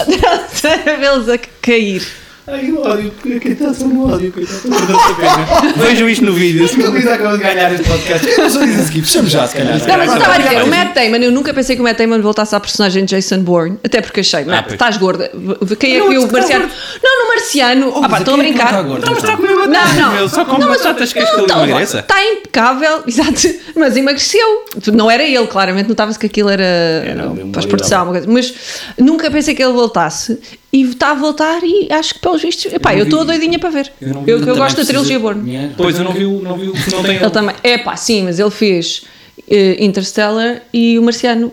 S3: A Belza cair.
S5: Ai, o ódio, é porque quem está só no tá ódio, coitado. Não vale a pena. Vejam isto no vídeo.
S2: Porque ele acabou de ganhar este podcast. Eu só diz a seguir, fechamos já, se calhar.
S3: Não, mas eu
S5: Agora,
S3: estava a
S5: agora,
S3: dizer, o
S5: agora.
S3: Matt Damon, eu nunca pensei que o Matt Damon voltasse à personagem de Jason Bourne, até porque achei, Matt,
S5: Ah, pois.
S3: estás gorda. V- Quem é
S2: Não,
S3: que viu o
S2: mas está
S3: Marciano? Não, no Marciano. ah, pá,
S2: mas
S3: estou a
S2: quem é que não
S3: brincar.
S2: está gorda,
S3: Não, mas
S2: então?
S3: está com meu
S5: batatas,
S3: Não,
S5: meu,
S3: não.
S5: só come
S3: Não, mas
S5: batatas, queres que
S3: não
S5: ele
S3: está
S5: emagreça?
S3: gorda. Está impecável, exato, mas emagreceu. Não era ele, claramente, notava-se que aquilo era
S5: Era um
S3: pós-produção, uma coisa. Mas nunca pensei que ele voltasse e está a voltar e acho que pelos vistos. Epá, eu estou doidinha para ver.
S5: eu não vi.
S3: Eu, eu gosto da trilogia Bourne.
S5: Pois, eu não vi o. Não vi o. Não tem.
S3: Ele também. É pá, sim, mas ele fez eh, Interstellar e o Marciano.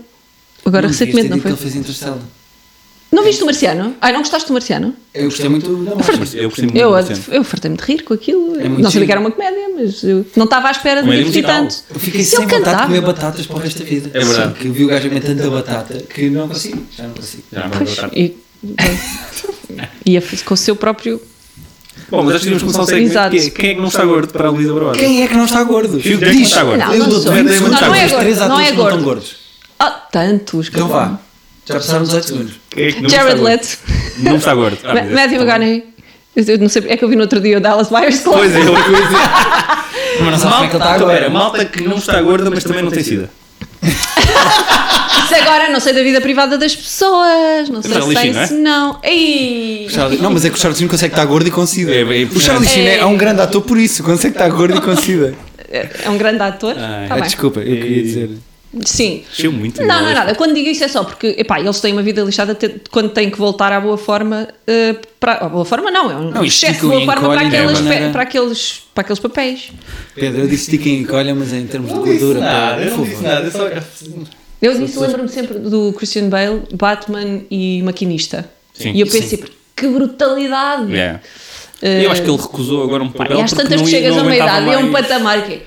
S3: Agora recentemente, não foi?
S2: é Ele fez Interstellar.
S3: Não viste o Marciano? Ai, não gostaste do Marciano?
S2: Eu gostei muito da marcha.
S5: Eu gostei muito.
S3: é um
S5: assim. do
S3: Eu,
S5: Luciano.
S3: eu fartei-me de rir com aquilo.
S2: É muito
S3: não sabia
S2: giro.
S3: que era uma comédia, mas eu não estava à espera de me
S5: Comédia
S3: divertir
S5: musical.
S3: tanto.
S2: Eu fiquei
S3: Ele
S2: sem vontade de
S3: cantava.
S2: comer batatas para o resto da vida.
S5: É verdade.
S2: Sim, que eu vi o gajo a comer tanta batata que não consigo. Já não consigo.
S5: Já, mas é
S3: Pois,
S5: não está.
S3: e, e a- com o seu próprio.
S5: Bom, mas acho que devíamos começar o segmento.
S3: Exato.
S5: que é- Quem é que não está gordo para a Luísa Barbosa?
S2: Quem é que não está gordo?
S5: Hugh Jackman está gordo.
S3: Não,
S2: Eu
S3: não
S2: dou
S3: sou.
S2: 20
S5: Não,
S2: segundos
S5: não é
S2: às
S3: gordo,
S2: três
S3: não
S2: atores
S3: é
S2: que não estão
S3: gordo.
S2: gordos.
S3: Ah, tantos.
S2: Então vá. Já passaram 18 segundos.
S5: Quem é que não está
S3: Jared
S5: gordo?
S3: Leto,
S5: Não está gordo. Ah,
S3: Ma-
S5: mas é-
S3: Matthew McConaughey. Eu não sei, é que eu vi no outro dia o Dallas Buyers Club.
S5: Pois é, eu eu ia dizer.
S2: Mas não sabes como é que ele está
S5: Então,
S2: agora.
S5: pera, malta que não está gorda, mas também não tem sida.
S3: Isso agora não sei da vida privada das pessoas. Não sei
S5: Charlie
S3: se
S5: Sheen, não é?
S3: tem, se não. Ei!
S2: Charlie- Não, mas é que o Charlie Sheen consegue estar gordo e com sida.
S5: É, é
S2: o Charlie Sheen é,
S3: É.
S2: é um grande ator por isso, consegue estar gordo e com sida.
S3: É um grande ator.
S5: Ai.
S3: Tá
S2: Ah,
S3: bem.
S2: desculpa, eu queria dizer.
S3: Sim.
S5: Cheio muito.
S3: Não, não é nada. Quando digo isso é só porque epá, eles têm uma vida lixada te- quando têm que voltar à boa forma. eh, para, à boa forma não, é um
S2: Não, isto
S3: excesso de
S2: ficam
S3: boa
S2: em
S3: forma para
S2: encolhem de
S3: aqueles,
S2: maneira-
S3: pe- para, aqueles, para aqueles papéis.
S2: Pedro, eu disse tica em colha, mas é em termos de
S5: disse
S2: gordura.
S5: nada,
S2: pá,
S5: eu
S2: por
S5: não
S2: favor.
S5: disse nada, eu só.
S3: Eu disso lembro-me sempre do Christian Bale, Batman e Maquinista.
S1: Sim.
S3: E eu pensei, que brutalidade!
S1: Yeah.
S3: Eh,
S1: E eu acho que ele recusou agora um papel.
S3: e às
S1: porque
S3: tantas
S1: não,
S3: que chegas
S1: não
S3: a uma
S1: aguentava
S3: idade e é um
S1: mais.
S3: patamar que é,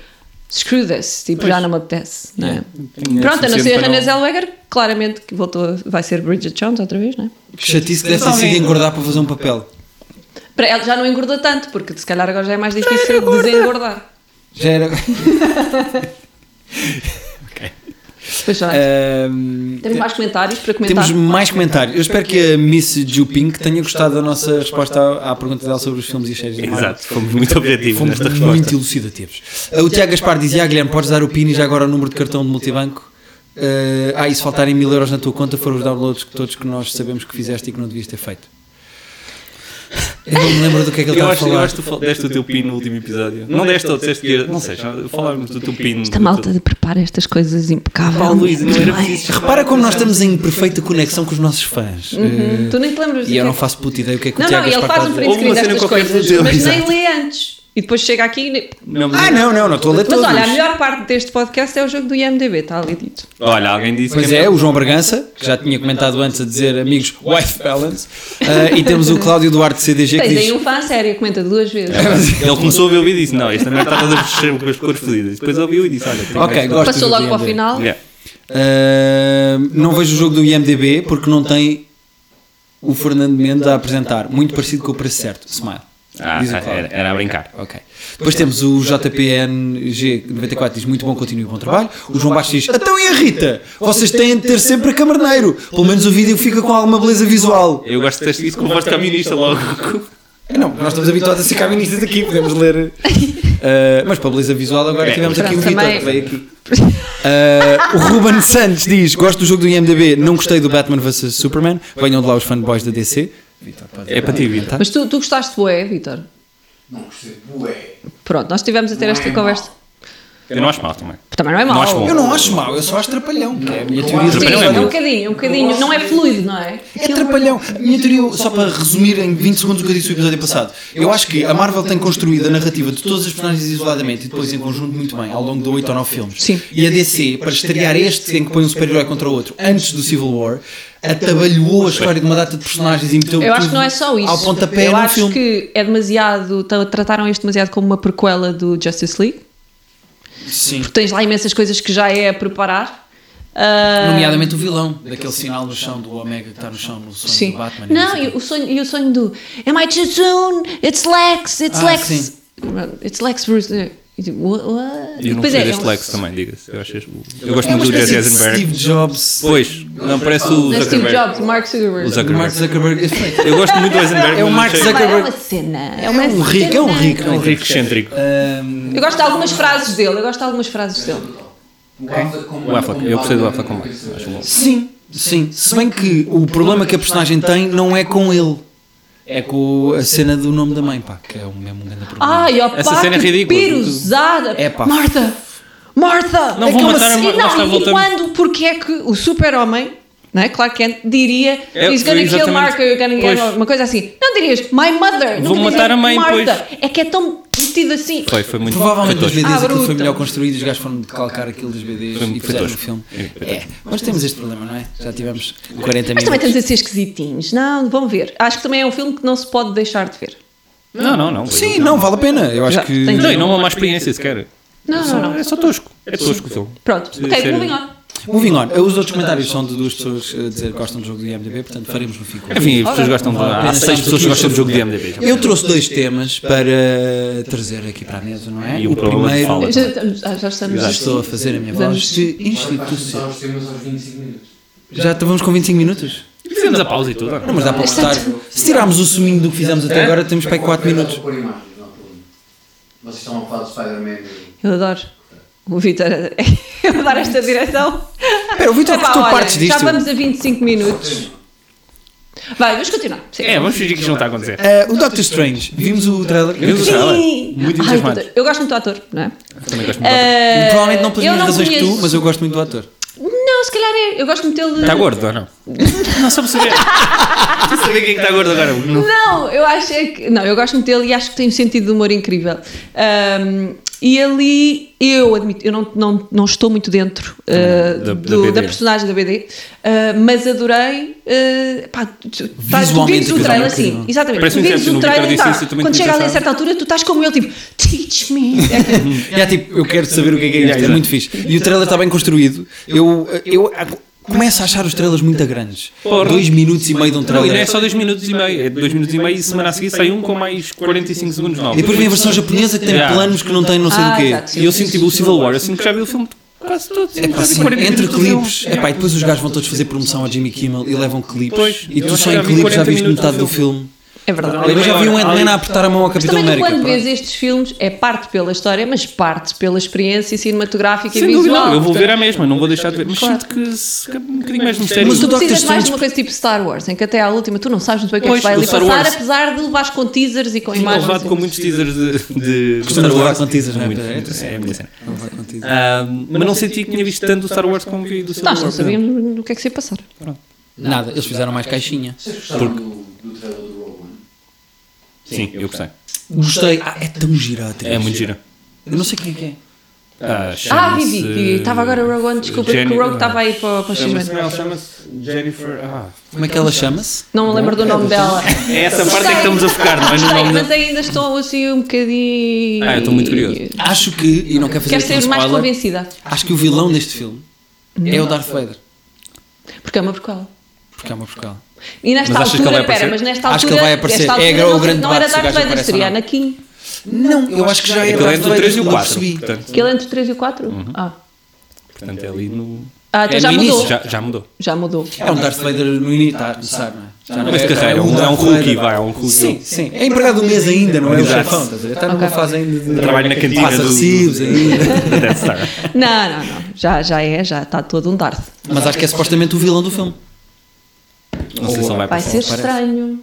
S3: screw this, tipo, já não me apetece. não é?
S1: Tinha
S3: Pronto, a não ser a
S1: suficiente para
S3: Renée Zellweger, claramente que voltou, a- vai ser Bridget Jones outra vez, não é?
S2: Que chatice que deve ter sido engordar para fazer um papel.
S3: Para ela já não engordou tanto, porque se calhar agora já é mais difícil desengordar.
S2: Já era.
S3: Pois já. é.
S2: Ahm,
S3: Temos mais comentários para comentar.
S2: Eh, Temos mais comentários. Eu espero que a Miss Juping tenha gostado da nossa resposta à, à pergunta dela sobre os filmes e as séries. de Marvel.
S1: Exato, fomos muito objetivos
S2: Fomos
S1: nesta
S2: muito
S1: resposta.
S2: elucidativos. Uh, O Tiago Gaspar dizia: ah, Guilherme, podes dar o PIN e já agora o número de cartão de multibanco? Uh, ah, e se faltarem mil euros na tua conta, foram os downloads que todos que nós sabemos que fizeste e que não devias ter feito. Eu não me lembro do que é que ele
S1: Eu
S2: estava a
S1: acho, eu
S2: falar.
S1: acho que tu fal- deste o teu pin no último episódio. Não deste ou disseste que ia. Não sei, já falámos do teu pin.
S3: Esta malta de prepara estas coisas impecáveis.
S1: Paulo Luís, né? não era preciso.
S2: Repara como nós estamos em perfeita conexão com os nossos fãs. Uh,
S3: Tu nem te lembras do
S2: e eu
S3: que
S2: não
S3: é que-
S2: faço puta ideia o que é que o
S3: Não, não,
S2: Tiago
S3: e ele
S2: Gaspar
S3: faz um
S2: está a
S3: print
S2: dizer.
S1: Houve
S3: screen
S1: uma cena
S3: destas
S1: qualquer
S3: coisas,
S1: do Deus,
S3: mas nem
S1: exato.
S3: lê antes. E depois chega aqui e... nem-
S1: Não, mas-
S2: Ah, não, não, não estou a ler
S3: Mas
S2: todos.
S3: olha, a melhor parte deste podcast é o jogo do IMDB, está ali dito.
S1: Olha, alguém disse
S2: Pois
S1: que
S2: é, o João Bargança, que já tinha comentado antes a dizer amigos wife balance, Ah, e temos o Cláudio Duarte
S1: é
S2: CDG que
S3: Tens aí
S2: diz.
S3: um fã sério, comenta duas vezes.
S1: Ele começou a ver o vídeo e disse: Não, esta merda estava a mexer com as cores fodidas. Depois ouviu e disse: Olha, tem
S2: Ok,
S1: mais-
S2: gosto
S3: Passou
S2: do
S3: logo para o
S2: IMDb.
S3: final.
S1: Yeah.
S2: Ah, não vejo o jogo do IMDB porque não tem o Fernando Mendes a apresentar. Muito parecido com o preço certo. Smile.
S1: Ah,
S2: Diz o Cláudio.
S1: era, era a brincar.
S2: Ok. Depois temos o JPNG94 diz muito bom, continue o bom trabalho. O João Baixo diz: Então e a Rita? Vocês têm de ter sempre a camarneiro. Pelo menos o vídeo fica com alguma beleza visual.
S1: Eu gosto de ter isso com voz de caminista logo.
S2: É, Não, nós estamos habituados a ser caministas aqui, podemos ler. Ah, mas para a beleza visual, agora
S1: É.
S2: tivemos aqui o
S3: Pronto,
S2: Vitor,
S3: também-
S2: que veio aqui. Ah, o Ruben Santos diz: Gosto do jogo do IMDb, não gostei do Batman vs Superman. Venham de lá os fanboys da DC.
S1: É para ti, Vitor.
S3: Mas tu, tu gostaste do é, Vitor?
S4: Não é. gostei. Bué.
S3: Pronto, nós estivemos a ter esta conversa.
S1: Eu não acho mal também.
S3: Também não é mau.
S1: Não acho bom.
S2: Eu não acho mau, eu só acho trapalhão. que é a minha
S4: acho
S3: Sim,
S2: teoria.
S1: Trapalhão é
S3: é um
S1: muito.
S3: bocadinho, um bocadinho. Não é fluido, não é?
S2: É trapalhão. A minha teoria, só para resumir em 20 segundos o que eu disse no episódio passado, eu acho que a Marvel tem construído a narrativa de todas as personagens isoladamente e depois em conjunto muito bem, ao longo de 8 ou 9 filmes.
S3: Sim.
S2: E a DC, para estrear este em que põe um super-herói contra o outro, antes do Civil War, atabalhoou a história de uma data de personagens e meteu
S3: Eu acho
S2: tudo
S3: que não é só isso.
S2: ao pontapé
S3: eu
S2: no
S3: acho
S2: filme.
S3: que é demasiado. tra- Trataram este demasiado como uma prequela do Justice League.
S2: Sim.
S3: Porque tens lá imensas coisas que já é a preparar. Ah,
S2: Nomeadamente o vilão, daquele sinal no chão do Omega que está no chão no sonho
S3: Sim.
S2: do Batman. é
S3: Não,
S2: sei
S3: e
S2: quê.
S3: o, sonho, e o sonho do Am I too soon? It's Lex, it's
S2: Ah,
S3: Lex.
S2: sim.
S3: It's Lex Bruce. E tipo, what? what?
S1: E eu não
S3: Depois
S1: gostei
S3: é,
S1: deste
S3: é um-
S1: Lex também, diga-se. Eu, acho- eu gosto
S2: é uma
S1: muito do Jesse
S2: espécie de Steve
S1: Eisenberg.
S2: Jobs,
S1: Pois, não parece o
S3: Não é Steve
S1: Zuckerberg.
S3: Jobs, Mark Zuckerberg.
S1: O Zuckerberg.
S2: Mark Zuckerberg. Efeito.
S1: Eu gosto muito do Eisenberg.
S2: É o
S1: mas
S2: Mark
S1: achei-
S3: Pá, É uma
S2: Zuckerberg.
S3: cena. É,
S2: É
S3: uma
S2: um rico, é um
S3: cena.
S2: rico, é um
S1: Um
S2: rico.
S1: rico excêntrico.
S2: Ahm,
S3: Eu gosto de algumas frases dele. Eu gosto de algumas frases dele.
S4: O Alpha Combat.
S1: O Affleck, eu gostei do Affleck Combat. Acho bom.
S2: Sim, sim. Se bem que o problema que a personagem tem não é com ele. É com a cena do nome da mãe, pá, que é um, mesmo um grande problema.
S3: Ai, ó,
S1: Essa
S3: pá,
S1: cena é
S3: que
S1: ridícula.
S3: piruzada.
S2: É, pá.
S3: Martha! Martha!
S1: Não
S3: É
S1: vou
S3: que é uma
S1: matar a
S3: ce-
S1: Mar- lá está,
S3: Não, e
S1: voltamos.
S3: quando, porque é que o super-homem, não é? Clark Kent, diria
S1: É,
S3: He's gonna kill
S1: exatamente.
S3: Martha, you're gonna
S1: Pois.
S3: get uma coisa assim. Não dirias My mother!
S1: Vou matar
S3: nunca dirias
S1: a mãe,
S3: Martha. É que é tão metido assim.
S1: Foi, foi muito
S2: Provavelmente os
S1: foi tosco.
S2: BDs
S3: Ah,
S2: aquilo foi
S3: bruta.
S2: melhor construído, os gajos foram calcar aquilo dos BDs
S1: Foi-
S2: e
S1: foi
S2: fizeram no
S1: tosco.
S2: filme.
S1: É, foi
S2: É, mas temos este problema, não é? Já tivemos 40
S3: Mas também
S2: minutos.
S3: temos a ser esquisitinhos. Não, vão ver. Acho que também é um filme que não se pode deixar de ver.
S1: Não, não, não.
S2: Sim, não, vale a pena. Eu acho
S3: Já,
S2: que.
S3: tem-
S1: Não, e não é uma má experiência sequer.
S3: Não, não, não.
S1: É só tosco. É tosco o filme.
S3: Pronto, ok,
S1: sério.
S3: moving on.
S2: Moving on. Eh, Os outros comentários são de duas pessoas a dizer que gostam do jogo do IMDb, portanto faremos no fim. com
S1: Enfim, as pessoas gostam de. Há seis pessoas que gostam do jogo de MDB.
S2: Eu trouxe dois temas para trazer aqui para a mesa, não é?
S1: E um problema de fala.
S3: Já, estamos- já- já estamos.
S2: já estou a fazer a minha
S3: Vamos.
S2: voz de
S4: Agora vais começar
S2: instituição.
S4: os temas aos 25 minutos.
S2: Já estamos com 25 minutos?
S1: Fizemos a pausa e tudo.
S2: Não, mas dá para
S3: Está
S2: cortar. Se tirarmos o suminho do que fizemos até agora, temos para aí 4
S4: Eu vou
S2: minutos.
S4: pôr imagens, não há problema. Vocês estão a falar do Spider-Man. e-
S3: Eu adoro. O Vitor, eu adoro esta direção.
S2: Espera, É, o Vitor,
S3: Epá,
S2: que tu
S3: olha,
S2: partes disto?
S3: Já vamos a 25 minutos. Vai, vamos continuar. Sim.
S1: É, vamos fingir que isto não está a acontecer.
S2: Ah, o Doctor Strange, vimos o trailer?
S1: Vimos o
S3: Sim!
S1: trailer.
S3: Ai,
S1: Muito entusiasmado.
S3: puta, Eu gosto muito do ator, não é?
S1: Também gosto muito.
S3: Eh,
S2: Provavelmente não pelas
S3: eu
S2: mesmas razões que tu,
S3: conheço-
S2: mas eu gosto muito do ator.
S3: Não, se calhar é. Eu gosto muito dele.
S1: Está gordo ou não? Não só para saber. Para saber quem é que está gordo agora. Não.
S3: Não, eu acho é que. Não, eu gosto muito dele e acho que tem um sentido de humor incrível. Ahm, E ali eu admito, eu não, não, não estou muito dentro uh,
S1: da- da
S3: do-
S1: BD.
S3: da personagem da BD, uh, mas adorei. Uh, pá, tu- tu, tá, tu
S2: Visualmente,
S3: vires o trailer,
S2: visualmente
S3: sim,
S2: incrível.
S3: exatamente.
S1: Parece
S3: tu
S1: um
S3: vires
S1: exemplo do
S3: o trailer,
S1: Ricardo
S3: tá,
S1: disse isso, eu também
S3: quando
S1: tinha
S3: chega ali a
S1: pensado.
S3: certa altura, tu estás como ele, tipo, teach me. É aquilo.
S2: Yeah, tipo, eu quero saber o que é que é isto, é
S1: Yeah,
S2: muito fixe. E o trailer está bem construído. Eu, eu a- começo a achar os trailers muito grandes.
S1: Porra.
S2: Dois minutos e meio de
S1: Não,
S2: um
S1: e
S2: trailer.
S1: não é só 2 minutos e meio, é 2 minutos e meio e semana a seguir sai um com mais 45 segundos
S2: E
S1: novos.
S2: depois vem a versão japonesa que tem
S1: Yeah.
S2: planos que não tem não sei
S3: Ah,
S2: do quê.
S3: exato.
S1: E eu sinto tipo o Civil War, eu sinto que já vi o filme quase todo.
S2: É pá, assim, entre clipes, é pá, e depois os gajos vão todos fazer promoção a Jimmy Kimmel e levam clipes.
S1: Pois,
S2: e
S1: eu
S2: tu só
S1: já
S2: em
S1: vi
S2: clipes já
S1: 40
S2: viste
S1: minutos
S2: metade
S1: do
S2: do filme.
S3: É verdade.
S2: Eu já vi um
S1: Ali-
S2: Ant-Man a apertar a mão ao
S3: Mas
S2: Capitão
S3: também tu,
S2: América.
S3: quando
S2: pá.
S3: vês estes filmes, é parte pela história, mas parte pela experiência cinematográfica
S1: Sem
S3: e
S1: dúvida,
S3: visual.
S1: não, eu vou
S3: portanto,
S1: ver a mesma, não vou deixar de ver. Mas
S3: Claro.
S1: sinto que se- que é um bocadinho mais de mistério.
S2: Mas
S3: Tu
S2: o Doctor
S3: precisas mais
S2: Strange-
S3: de uma coisa tipo Star Wars, em que até à última tu não sabes muito bem o que é que
S1: Pois,
S3: se vai
S1: do
S3: ali
S1: Star
S3: passar,
S1: Wars.
S3: apesar de levares com teasers e com
S1: Tinha
S3: imagens.
S1: levado com muitos teasers de. de
S2: Costumas levar com teasers, não é?
S1: Muito,
S2: É,
S1: muito, É a minha cena.
S2: Não vai contigo.
S1: Ah, Mas não senti que tinha visto tanto do Star Wars como vi do Civil
S3: Nós não
S1: War.
S3: sabíamos o que é que se ia passar.
S2: Nada, eles fizeram mais caixinha.
S4: Vocês gostaram do, do trailer do Rogue One?
S1: Sim, eu gostei.
S2: Gostei. Ah, é tão gira a atriz.
S1: É muito gira.
S2: Eu não sei quem é que é.
S1: Ah,
S3: Ah,
S1: chama-se-
S3: Vivi, Vivi, estava agora o Rogue One, desculpa,
S1: Jenny-
S3: que o Rogue estava aí para, para o
S1: Chama-se-
S3: X-Men.
S1: não, Chama-se Jennifer. Ah.
S2: Como é que ela chama-se?
S3: Não me lembro do nome dela.
S1: É essa parte é que estamos a focar, não é no
S3: Sei,
S1: nome
S3: mas
S1: da.
S3: ainda estou assim um bocadinho.
S1: Ah, eu estou muito curioso.
S2: Acho que, e não quero fazer
S3: Quero
S2: aqui um
S3: ser mais
S2: spoiler,
S3: convencida.
S2: acho que o vilão deste filme é o Darth Vader,
S3: Porque é uma prequela.
S2: porque é uma porcala.
S3: E nesta
S1: Mas achas que ele vai
S3: altura, pera,
S1: aparecer?
S3: mas nesta altura.
S2: Acho que ele vai aparecer.
S3: esta
S2: É
S3: altura
S2: o
S3: não-
S2: grande
S3: Não era
S2: debate se o
S3: Darth
S2: gajo
S3: Vader,
S2: aparece
S3: seria
S2: ou não.
S3: Anakin.
S1: Uhum.
S2: Não, eu acho que já é
S1: Aquele é entre o 3 e o
S2: quando
S1: 4.
S2: percebi.
S1: Portanto,
S3: Aquele é entre o 3 e o 4? Ah,
S1: portanto, Uhum. é ali no.
S3: ah então
S2: É
S3: já
S2: no
S3: mudou.
S2: início,
S1: Já, já mudou.
S3: Já mudou.
S2: É um Darth Vader no início, está a começar, não é? Já não
S1: Mas de carreira, é um, é um rookie, vai, é um rookie.
S2: Sim, sim. É empregado um mês ainda, não é? O
S1: Exato.
S2: chefão, estás a ver? Está numa
S3: Ok.
S2: fase ainda de.
S1: Trabalho na cantina
S2: Passa
S1: do.
S2: recibos ainda.
S1: da Death Star.
S3: Não, não, não. Já, já é, já está todo um Darth.
S2: Mas acho que é supostamente o vilão do filme.
S1: Não sei se ele vai
S3: Vai
S1: passar.
S3: ser
S2: parece.
S3: estranho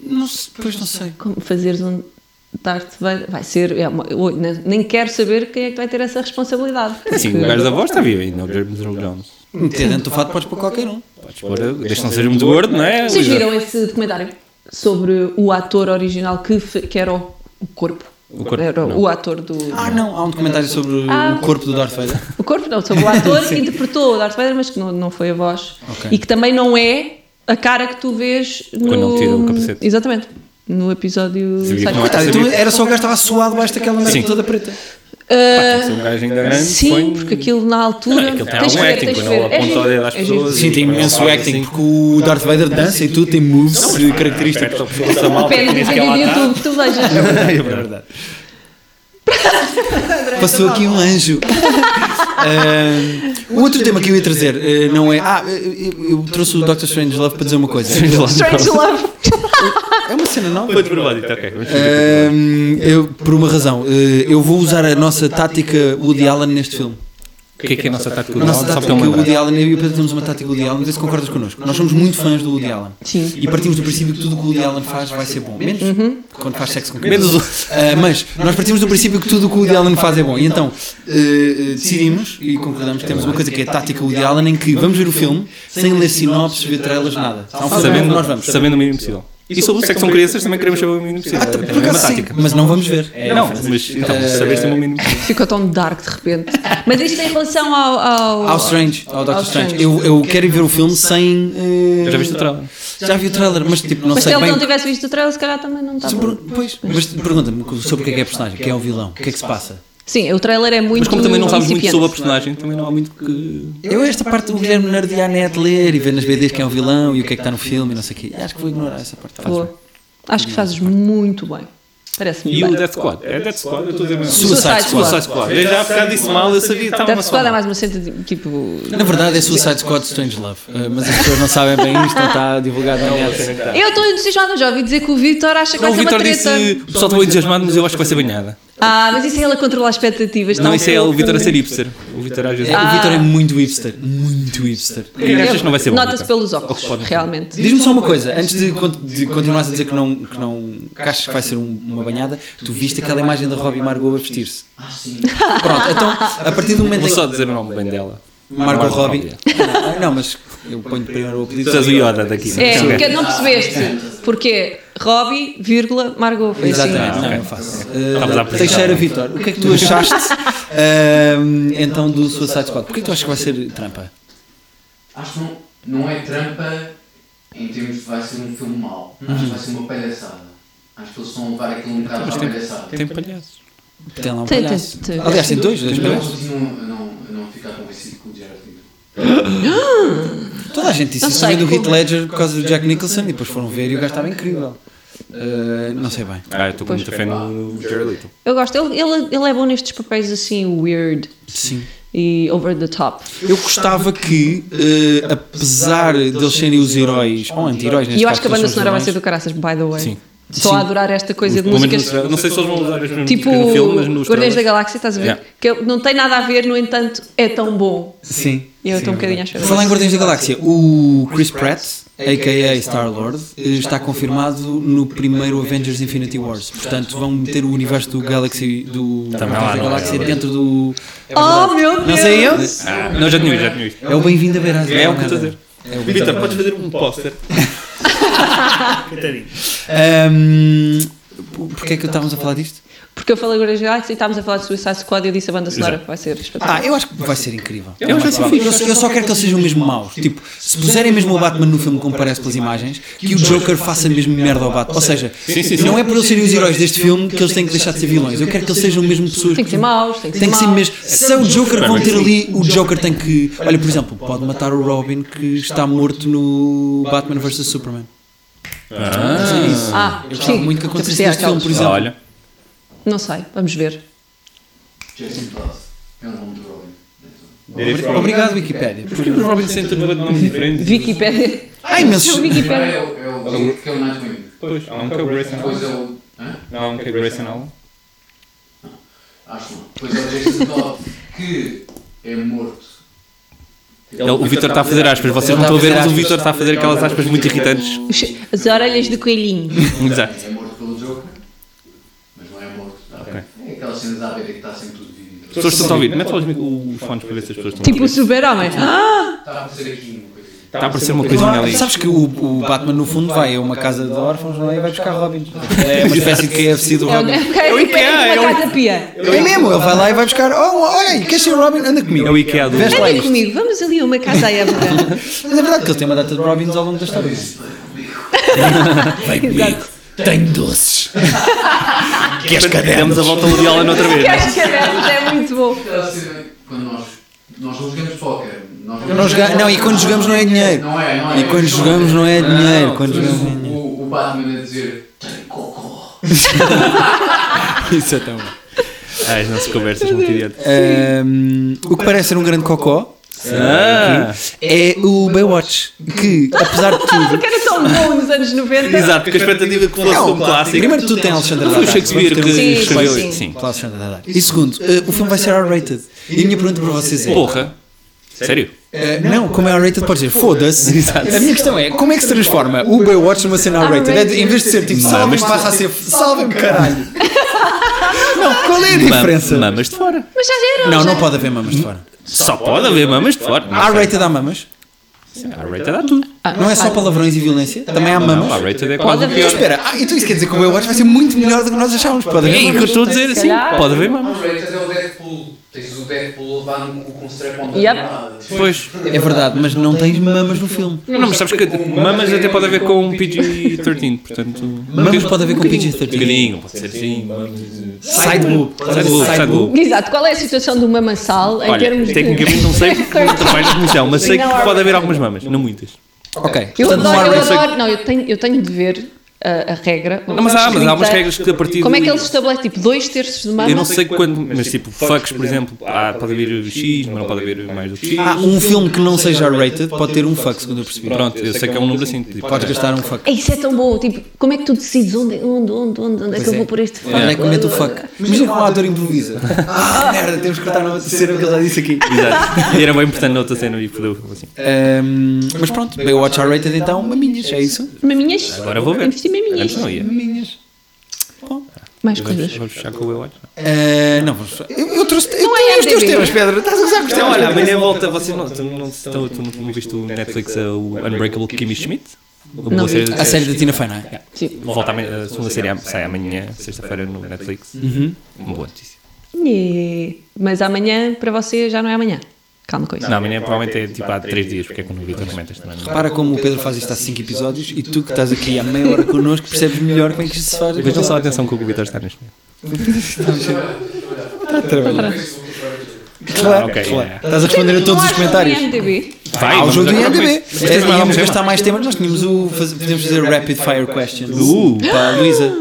S2: Não sei, pois não sei.
S3: como fazeres um Darth Vader. Vai ser. é uma- ui, nem- nem quero saber quem é que vai ter essa responsabilidade.
S1: Sim, o
S3: porque-
S1: gajo da voz está vivo ainda, o Jeremy Earl Jones.
S2: Meter dentro do fato podes pôr qualquer um.
S1: Podes pôr, deixa não ser muito gordo, não é?
S3: Vocês
S1: Luísa?
S3: viram esse documentário sobre o ator original que, fe- que era o, o corpo?
S1: O corpo,
S3: Era
S1: não.
S3: o ator do.
S2: Ah, não, há um documentário sobre
S3: Ah.
S2: o corpo do Darth Vader.
S3: O corpo não, sobre o ator que interpretou o Darth Vader, mas que não, não foi a voz.
S2: Ok.
S3: E que também não é a cara que tu vês no.
S1: Quando ele tira o capacete.
S3: Exatamente. No episódio.
S1: Sabia que
S3: seis.
S1: não é
S2: Coitado,
S1: Sabia-
S2: então era só o gajo que estava suado baixo daquela merda
S1: Sim.
S2: toda preta.
S3: Ah,
S1: Se um gajo ainda grande.
S3: Sim,
S1: põe-
S3: porque aquilo na altura.
S1: Aquilo tem
S3: tens
S1: algum
S3: que ver,
S1: acting,
S3: tens que
S1: quando
S3: ver.
S1: ele
S3: É
S1: aponta o
S3: giro,
S1: dedo às
S3: é giro.
S1: pessoas.
S2: Sim, tem imenso acting, porque o Darth Vader dança e tudo, tem moves características.
S1: Essa malta que
S3: Depende
S1: nem
S3: do
S1: sequer
S3: vídeo
S1: lá
S3: do
S1: está.
S3: YouTube que é tu vejas.
S1: É verdade.
S2: Passou aqui um anjo. Ah, o outro tema que eu ia trazer eh, não é. Ah, eu, eu trouxe o Doctor Strange Love para dizer uma coisa.
S3: Strange Love.
S2: É uma cena nova.
S1: Foi de propósito, ok. vamos fazer.
S2: Ahm, Ehm, eu, por uma razão, eh, eu vou usar a nossa tática Woody Allen neste filme.
S1: O que é que é a nossa tática?
S2: A nossa
S1: Só porque
S2: tática
S1: eu me lembro.
S2: Woody Allen, eu e o Pedro temos uma tática Woody Allen, não sei se concordas connosco. Nós somos muito fãs do Woody Allen.
S3: Sim. Uhum.
S2: E partimos do princípio que tudo o que o Woody Allen faz vai ser bom. Menos quando faz sexo com crianças. Ah, mas nós partimos do princípio que tudo o que o Woody Allen faz é bom. E então eh, eh, decidimos e concordamos que temos uma coisa que é a tática Woody Allen em que vamos ver o filme sem ler sinopses, ver trailers, nada. Há um filme
S1: Sabendo,
S2: que nós vamos.
S1: sabendo o mínimo possível. E sobre o sexo com crianças também queremos saber o mínimo possível. É a
S2: Por
S1: mesma
S2: acaso sim,
S1: tática.
S2: assim, mas não vamos ver.
S3: É.
S1: Não, mas então, saber se é o mínimo possível.
S3: Ficou tão dark de repente. Mas isto em relação ao. ao...
S2: Ao Strange, ao Doctor
S3: Ao
S2: Strange.
S3: Strange.
S2: Eu, eu quero ir ver o filme sem. eh,
S1: Já viste o trailer?
S2: Já vi o trailer, mas tipo, não
S3: Mas se
S2: sei
S3: ele
S2: bem.
S3: não tivesse visto o trailer, se calhar também não
S2: Se
S3: estava.
S2: per- Pois, mas pergunta-me sobre o que é que é a personagem, quem é o vilão, o que é que se passa.
S3: Sim, o trailer é muito.
S1: Mas como também não sabes muito
S3: incipiente.
S1: sobre a personagem, também não há muito que.
S2: Eu, esta parte do Guilherme Nardiar net ler e ver nas BDs quem é o vilão e o que é que está no filme e não sei o quê. Acho que vou ignorar essa parte. Faz
S3: Boa.
S2: bem.
S3: Acho que fazes muito bem. Parece-me
S1: E o
S3: bem.
S1: Death Squad? É Death Squad? Eu estou a dizer mesmo.
S2: Suicide Squad.
S3: Suicide Squad.
S1: Suicide Squad. Eu já há bocado disse mal, eu sabia que estava
S3: Death
S1: uma
S3: Squad é
S1: só.
S3: mais uma cena de tipo.
S2: Na verdade é Suicide Squad Strange Love, eh, mas as pessoas não sabem bem isto, não está divulgado na net. Então,
S3: Eu estou entusiasmada, já ouvi dizer que o Vitor acha que vai
S1: É. O
S3: ser uma
S1: Vitor
S3: treta.
S1: disse: o pessoal estou entusiasmado, mas eu acho que vai ser banhada.
S3: Ah, mas isso é ele a controlar expectativas.
S1: Não, isso é
S3: fofo.
S1: o Vitor a ser hipster. O Vitor às vezes.
S2: É, o Vitor
S3: Ah.
S2: é muito hipster, muito hipster.
S1: O que é que achas que não vai ser bom? então.
S3: Nota-se
S1: Vitor?
S3: pelos óculos, realmente.
S2: Diz-me só uma coisa, antes de, con- de continuares a dizer que não, que não que achas que vai ser um- uma banhada, tu viste aquela imagem da Robbie Margot a vestir-se.
S4: Ah, sim.
S2: Pronto, então a partir do momento
S1: Vou
S2: em
S1: só
S2: que
S1: dizer o nome bem dela.
S2: Margot
S1: Margot
S2: Robbie.
S1: Robbie.
S2: Não, mas eu ponho primeiro o apelido.
S1: Tu és o Yoda daqui.
S3: É,
S1: não
S3: porque não percebeste. Porque Robbie, vírgula, Margot. Foi assim.
S2: Exatamente, não,
S1: ok.
S2: não faço.
S1: Estavas à
S2: Uh,
S1: prisa.
S2: Teixeira Vitor, o que é que tu achaste ehm, então do Suicide Squad? Porquê que tu achas que vai ser trampa?
S4: Acho que não, não é trampa em termos de vai ser um filme mau. Acho que vai ser uma palhaçada. Acho que eles estão a levar aquilo um bocado à palhaçada.
S1: Tem palhaços.
S2: Tem lá um
S3: Tem-
S2: palhaço.
S3: tem- tem-
S2: Aliás, tem dois, dois
S4: Eu
S2: palhaços.
S4: continuo a não, a não ficar convencido com o Jared Leto.
S2: Toda a gente disse
S3: Não
S2: isso
S3: sei
S2: veio do
S3: como. é.
S2: Heath Ledger por causa do Jack Nicholson e depois foram ver e o gajo estava incrível. Uh, não sei bem.
S1: Ah, eu estou com muita fé no Jared Leto.
S3: Eu gosto. Ele, ele, ele é bom nestes papéis assim, weird
S2: Sim.
S3: e over the top.
S2: Eu gostava que, eh, apesar de eles serem os heróis, ou anti-heróis neste
S3: E eu acho que a
S2: caso, eles
S3: banda
S2: são os
S3: sonora vai ser
S2: vilões.
S3: do caraças, by the way.
S1: Sim.
S3: Só
S2: Sim.
S3: a adorar esta coisa de
S1: Pelo menos
S3: músicas.
S1: no- Não sei se eles vão usar as mesmas
S3: Tipo,
S1: músicas no filme, mas nos
S3: Guardiões da
S1: trailers.
S3: Galáxia, estás a ver?
S1: Yeah.
S3: Que eu- não tem nada a ver, no entanto, é tão bom.
S2: Sim.
S3: E eu estou um bocadinho à
S2: Por
S3: espera.
S2: Falar em Guardiões da Galáxia, o Chris Pratt, a.k.a. Star-Lord, eh, está confirmado no primeiro Avengers Infinity Wars. Portanto, vão meter o universo do Galaxy, do
S1: Também
S2: Guardiões
S1: lá,
S2: da
S1: não é?
S2: Galáxia dentro do...
S3: Oh meu Deus!
S2: Não sei eu?
S1: Ah, Não, já tinha, já tinha isto.
S2: É o Bem-vindo a Beirás.
S1: É o que eu estou a dizer. Vitor, podes fazer um póster?
S2: Porquê é que estávamos a falar disto?
S3: Porque eu falei Guardiões da Galáxia e estávamos a falar de Suicide Squad e eu disse a banda sonora que vai ser espetacular.
S2: Ah, eu acho que vai ser incrível.
S1: Eu acho que vai ser
S2: Eu só- eu só quero que eles sejam mesmo maus. Tipo, se puserem mesmo o Batman no filme como parece pelas imagens, que o Joker faça mesmo merda ao Batman. Ou seja,
S1: sim, sim.
S2: não é por eles serem os heróis deste filme que eles têm que deixar de ser vilões. Eu quero que eles sejam mesmo pessoas.
S3: Tem que ser maus, tem que ser
S2: Tem que ser
S3: maus.
S2: mesmo. Se é o Joker vão ter ali, o Joker tem que. Olha, por exemplo, pode matar o Robin que está morto no Batman vs Superman.
S1: Ah,
S3: Ah,
S2: Eu gostava
S3: sim.
S2: muito que acontecesse
S3: Apreciar
S2: neste filme, por
S3: aquelas-
S2: exemplo.
S1: olha.
S3: Não sei, vamos ver.
S4: Jason Ross. É o nome do Robin.
S2: Obrigado, Wikipedia.
S1: Porquê que o Robin Center leva nomes diferentes?
S3: Wikipédia.
S2: Há imensos.
S4: Primeiro
S3: Wikipédia.
S4: é o, é o que é o Nightwing.
S1: Pois, há um que é o Grayson
S4: Depois é
S1: Allen.
S4: o. Hã?
S1: Não, há um que é o Grayson Allen.
S4: Acho que não. Depois é o Jason Todd que é morto.
S1: Ele- o Vitor está a fazer aspas, vocês não estão a ver, mas o Vitor está a fazer aquelas aspas muito irritantes.
S3: As orelhas do coelhinho.
S1: Exato.
S4: É morto pelo Joker, mas não é morto. Tá? É aquela cena da beira que está sempre tudo
S1: As
S4: dividido.
S1: pessoas estão a ouvir. Mete lá os, mi- os fones para ver se as pessoas estão a
S3: Tipo o
S1: ouvir.
S3: super-homem. Ah!
S4: Está a acontecer aqui uma coisa.
S1: Está a aparecer uma coisinha ali.
S2: Sabes que o, o Batman no fundo vai a uma casa de órfãos lá e vai buscar Robin. É uma espécie de KFC do
S3: É um
S2: Robin.
S3: é um IKEA de uma casa pia.
S2: É mesmo, ele vai lá e vai buscar. Oh, olha aí, queres ser o Robin? Anda comigo.
S1: É o Ikea do...
S2: Veste lá
S3: Anda
S2: isto.
S3: comigo, vamos ali a uma casa à época.
S2: Mas é verdade que ele tem uma data de Robins ao longo da história.
S3: Exato.
S2: Tenho doces.
S1: Demos a volta ao Woody Allen outra vez. não é?
S3: Queres cadernos? É muito bom.
S4: Aquela cena quando nós, nós não jogamos póquer. Nós não,
S2: Não, joga- não, e quando jogamos não é dinheiro.
S4: Não é, não é.
S2: E quando jogamos não é dinheiro. Quando jogamos não é
S4: Depois o,
S2: dinheiro.
S4: o, o Batman a dizer tem cocó.
S2: Isso é tão bom.
S1: Ah, as nossas conversas muito idiotas.
S2: Ahm, o que parece ser um grande cocó
S1: Ah,
S2: é o Baywatch. Que, apesar de tudo.
S3: Porque era tão bom nos anos 90.
S1: exato, com a expectativa que
S2: É
S1: fosse um clássico.
S2: Primeiro de tudo tem
S1: Foi
S2: Alexandre
S1: o
S2: Daddario.
S1: Shakespeare
S2: um
S1: que
S3: Sim,
S1: escreveu
S3: sim.
S1: isso. Sim.
S2: Claro, Alexandre Daddario. E segundo, eh, o filme vai ser R-rated. E a minha pergunta para vocês é:
S1: Porra. Sério?
S2: eh, não, como é R-rated, pode ser foda-se. A minha questão é: como é que se transforma o Baywatch numa
S3: Ah,
S2: cena R-rated? É de- em vez de ser tipo salve-me, passa a ser salve-me, caralho. Não, qual é a diferença?
S1: Mam- Mamas de fora.
S3: Mas já era.
S2: Não,
S3: já-
S2: não pode haver mamas de fora.
S1: Só pode haver mamas de fora. Não sei.
S2: R-rated há mamas.
S1: A rated dá tudo.
S3: Ah,
S2: Não é só palavrões e violência, também há
S1: Não, a
S2: mamas.
S1: rated é
S3: Pode
S1: quase o
S2: Então
S3: haver.
S1: pior.
S2: espera, ah, então isso quer dizer que o Baywatch vai ser muito melhor do que nós achávamos. Pode
S1: É
S2: haver
S1: o que eu
S2: mamas.
S1: estou a dizer,
S3: Se
S1: assim.
S3: calhar.
S1: Pode haver mamas.
S4: Não, Rated é o Deadpool. Tens o Deadpool a levar um com um strap-on da
S3: Yep.
S4: namorada.
S1: Pois.
S2: É verdade, mas não tens mamas no filme.
S1: Não, não, mas sabes que mamas até pode haver com um PG-13, portanto...
S2: Mamas pode haver com
S1: Um
S2: PG-13.
S1: bocadinho, pode ser sim.
S2: Side boob.
S1: Sai do lobo, sai do lobo.
S3: Exato, qual é a situação de uma mansal em termos
S1: Olha,
S3: de.
S1: tecnicamente não sei porque não trabalho na comissão, mas sei que
S3: Não há
S1: pode haver algumas mamas, não muitas.
S2: Ok,
S3: Eu
S2: portanto não há
S3: adoro, eu
S2: rating.
S3: adoro. Não, eu tenho, eu tenho de ver uh, a regra.
S1: Não, mas há, mas há umas regras que a partir
S3: Como é que
S1: do-
S3: eles estabelecem? Tipo, dois terços de mama?
S1: Eu não sei quando, mas tipo, fucks, por exemplo, há, pode haver X, mas não pode haver mais do que X.
S2: Há um filme que não seja rated, pode ter um fuck, segundo eu percebi.
S1: Pronto, eu sei que é um número assim. Tipo,
S2: Podes gastar um fuck.
S3: É, Isso é tão bom. Tipo, como é que tu decides onde, onde, onde, onde, onde é que eu
S2: é.
S3: vou pôr este
S2: Olha é que meto o fuck. Imagina como o ator improvisa. Ah, merda, temos que cortar na outra cena que ele já disse aqui.
S1: Exato. E era bem importante na outra cena e fodeu. Assim.
S2: Ahm, Ehm, mas pronto, Baywatch R-rated então, maminhas, é isso?
S3: Maminhas?
S1: Agora vou ver.
S3: Investi
S1: Antes
S3: maminhas.
S1: não ia.
S2: Maminhas.
S3: Mais
S1: Vamos
S3: coisas.
S1: vamos fechar com o Baywatch.
S2: Ah, não, vamos. Eu, eu trouxe. Eu
S3: Não é
S2: tenho os teus
S3: IMDb.
S2: temas, Pedro. Estás a usar com os
S1: Então,
S2: temas.
S1: olha, amanhã volta. Vocês não, tu, não, tu, tu não viste o Netflix, o Unbreakable é Kimmy Schmidt?
S3: Não
S1: Boa série
S3: vi.
S1: de
S2: A série da
S1: séries.
S2: Tina Fey, não é?
S3: Sim.
S1: Volta amanhã- a segunda série am- sai amanhã, sexta-feira, no Netflix. Uma boa notícia.
S3: Nhê. Mas amanhã, para você, já não é amanhã. Calma com isso.
S1: Não, amanhã provavelmente é tipo há 3 dias, porque é que eu não é? vi também esta semana.
S2: Repara como o Pedro faz isto há 5 episódios e tu que estás aqui há meia hora connosco percebes melhor como é que isto se faz.
S1: Vejam só a atenção que o Vitor está neste momento.
S2: Está a trabalhar. Claro,
S1: Ok,
S2: claro.
S1: é.
S2: Estás a responder a todos os comentários.
S3: No IMDb.
S1: Vai,
S2: Ao
S1: vamos
S2: jogo do
S1: agora com
S2: IMDB.
S1: isso.
S2: É,
S1: Tens mais algum
S2: Íamos
S1: tema?
S2: gastar mais temas, nós tínhamos o. faz- Podíamos fazer rapid fire questions.
S1: Uh!
S2: Para a Luísa.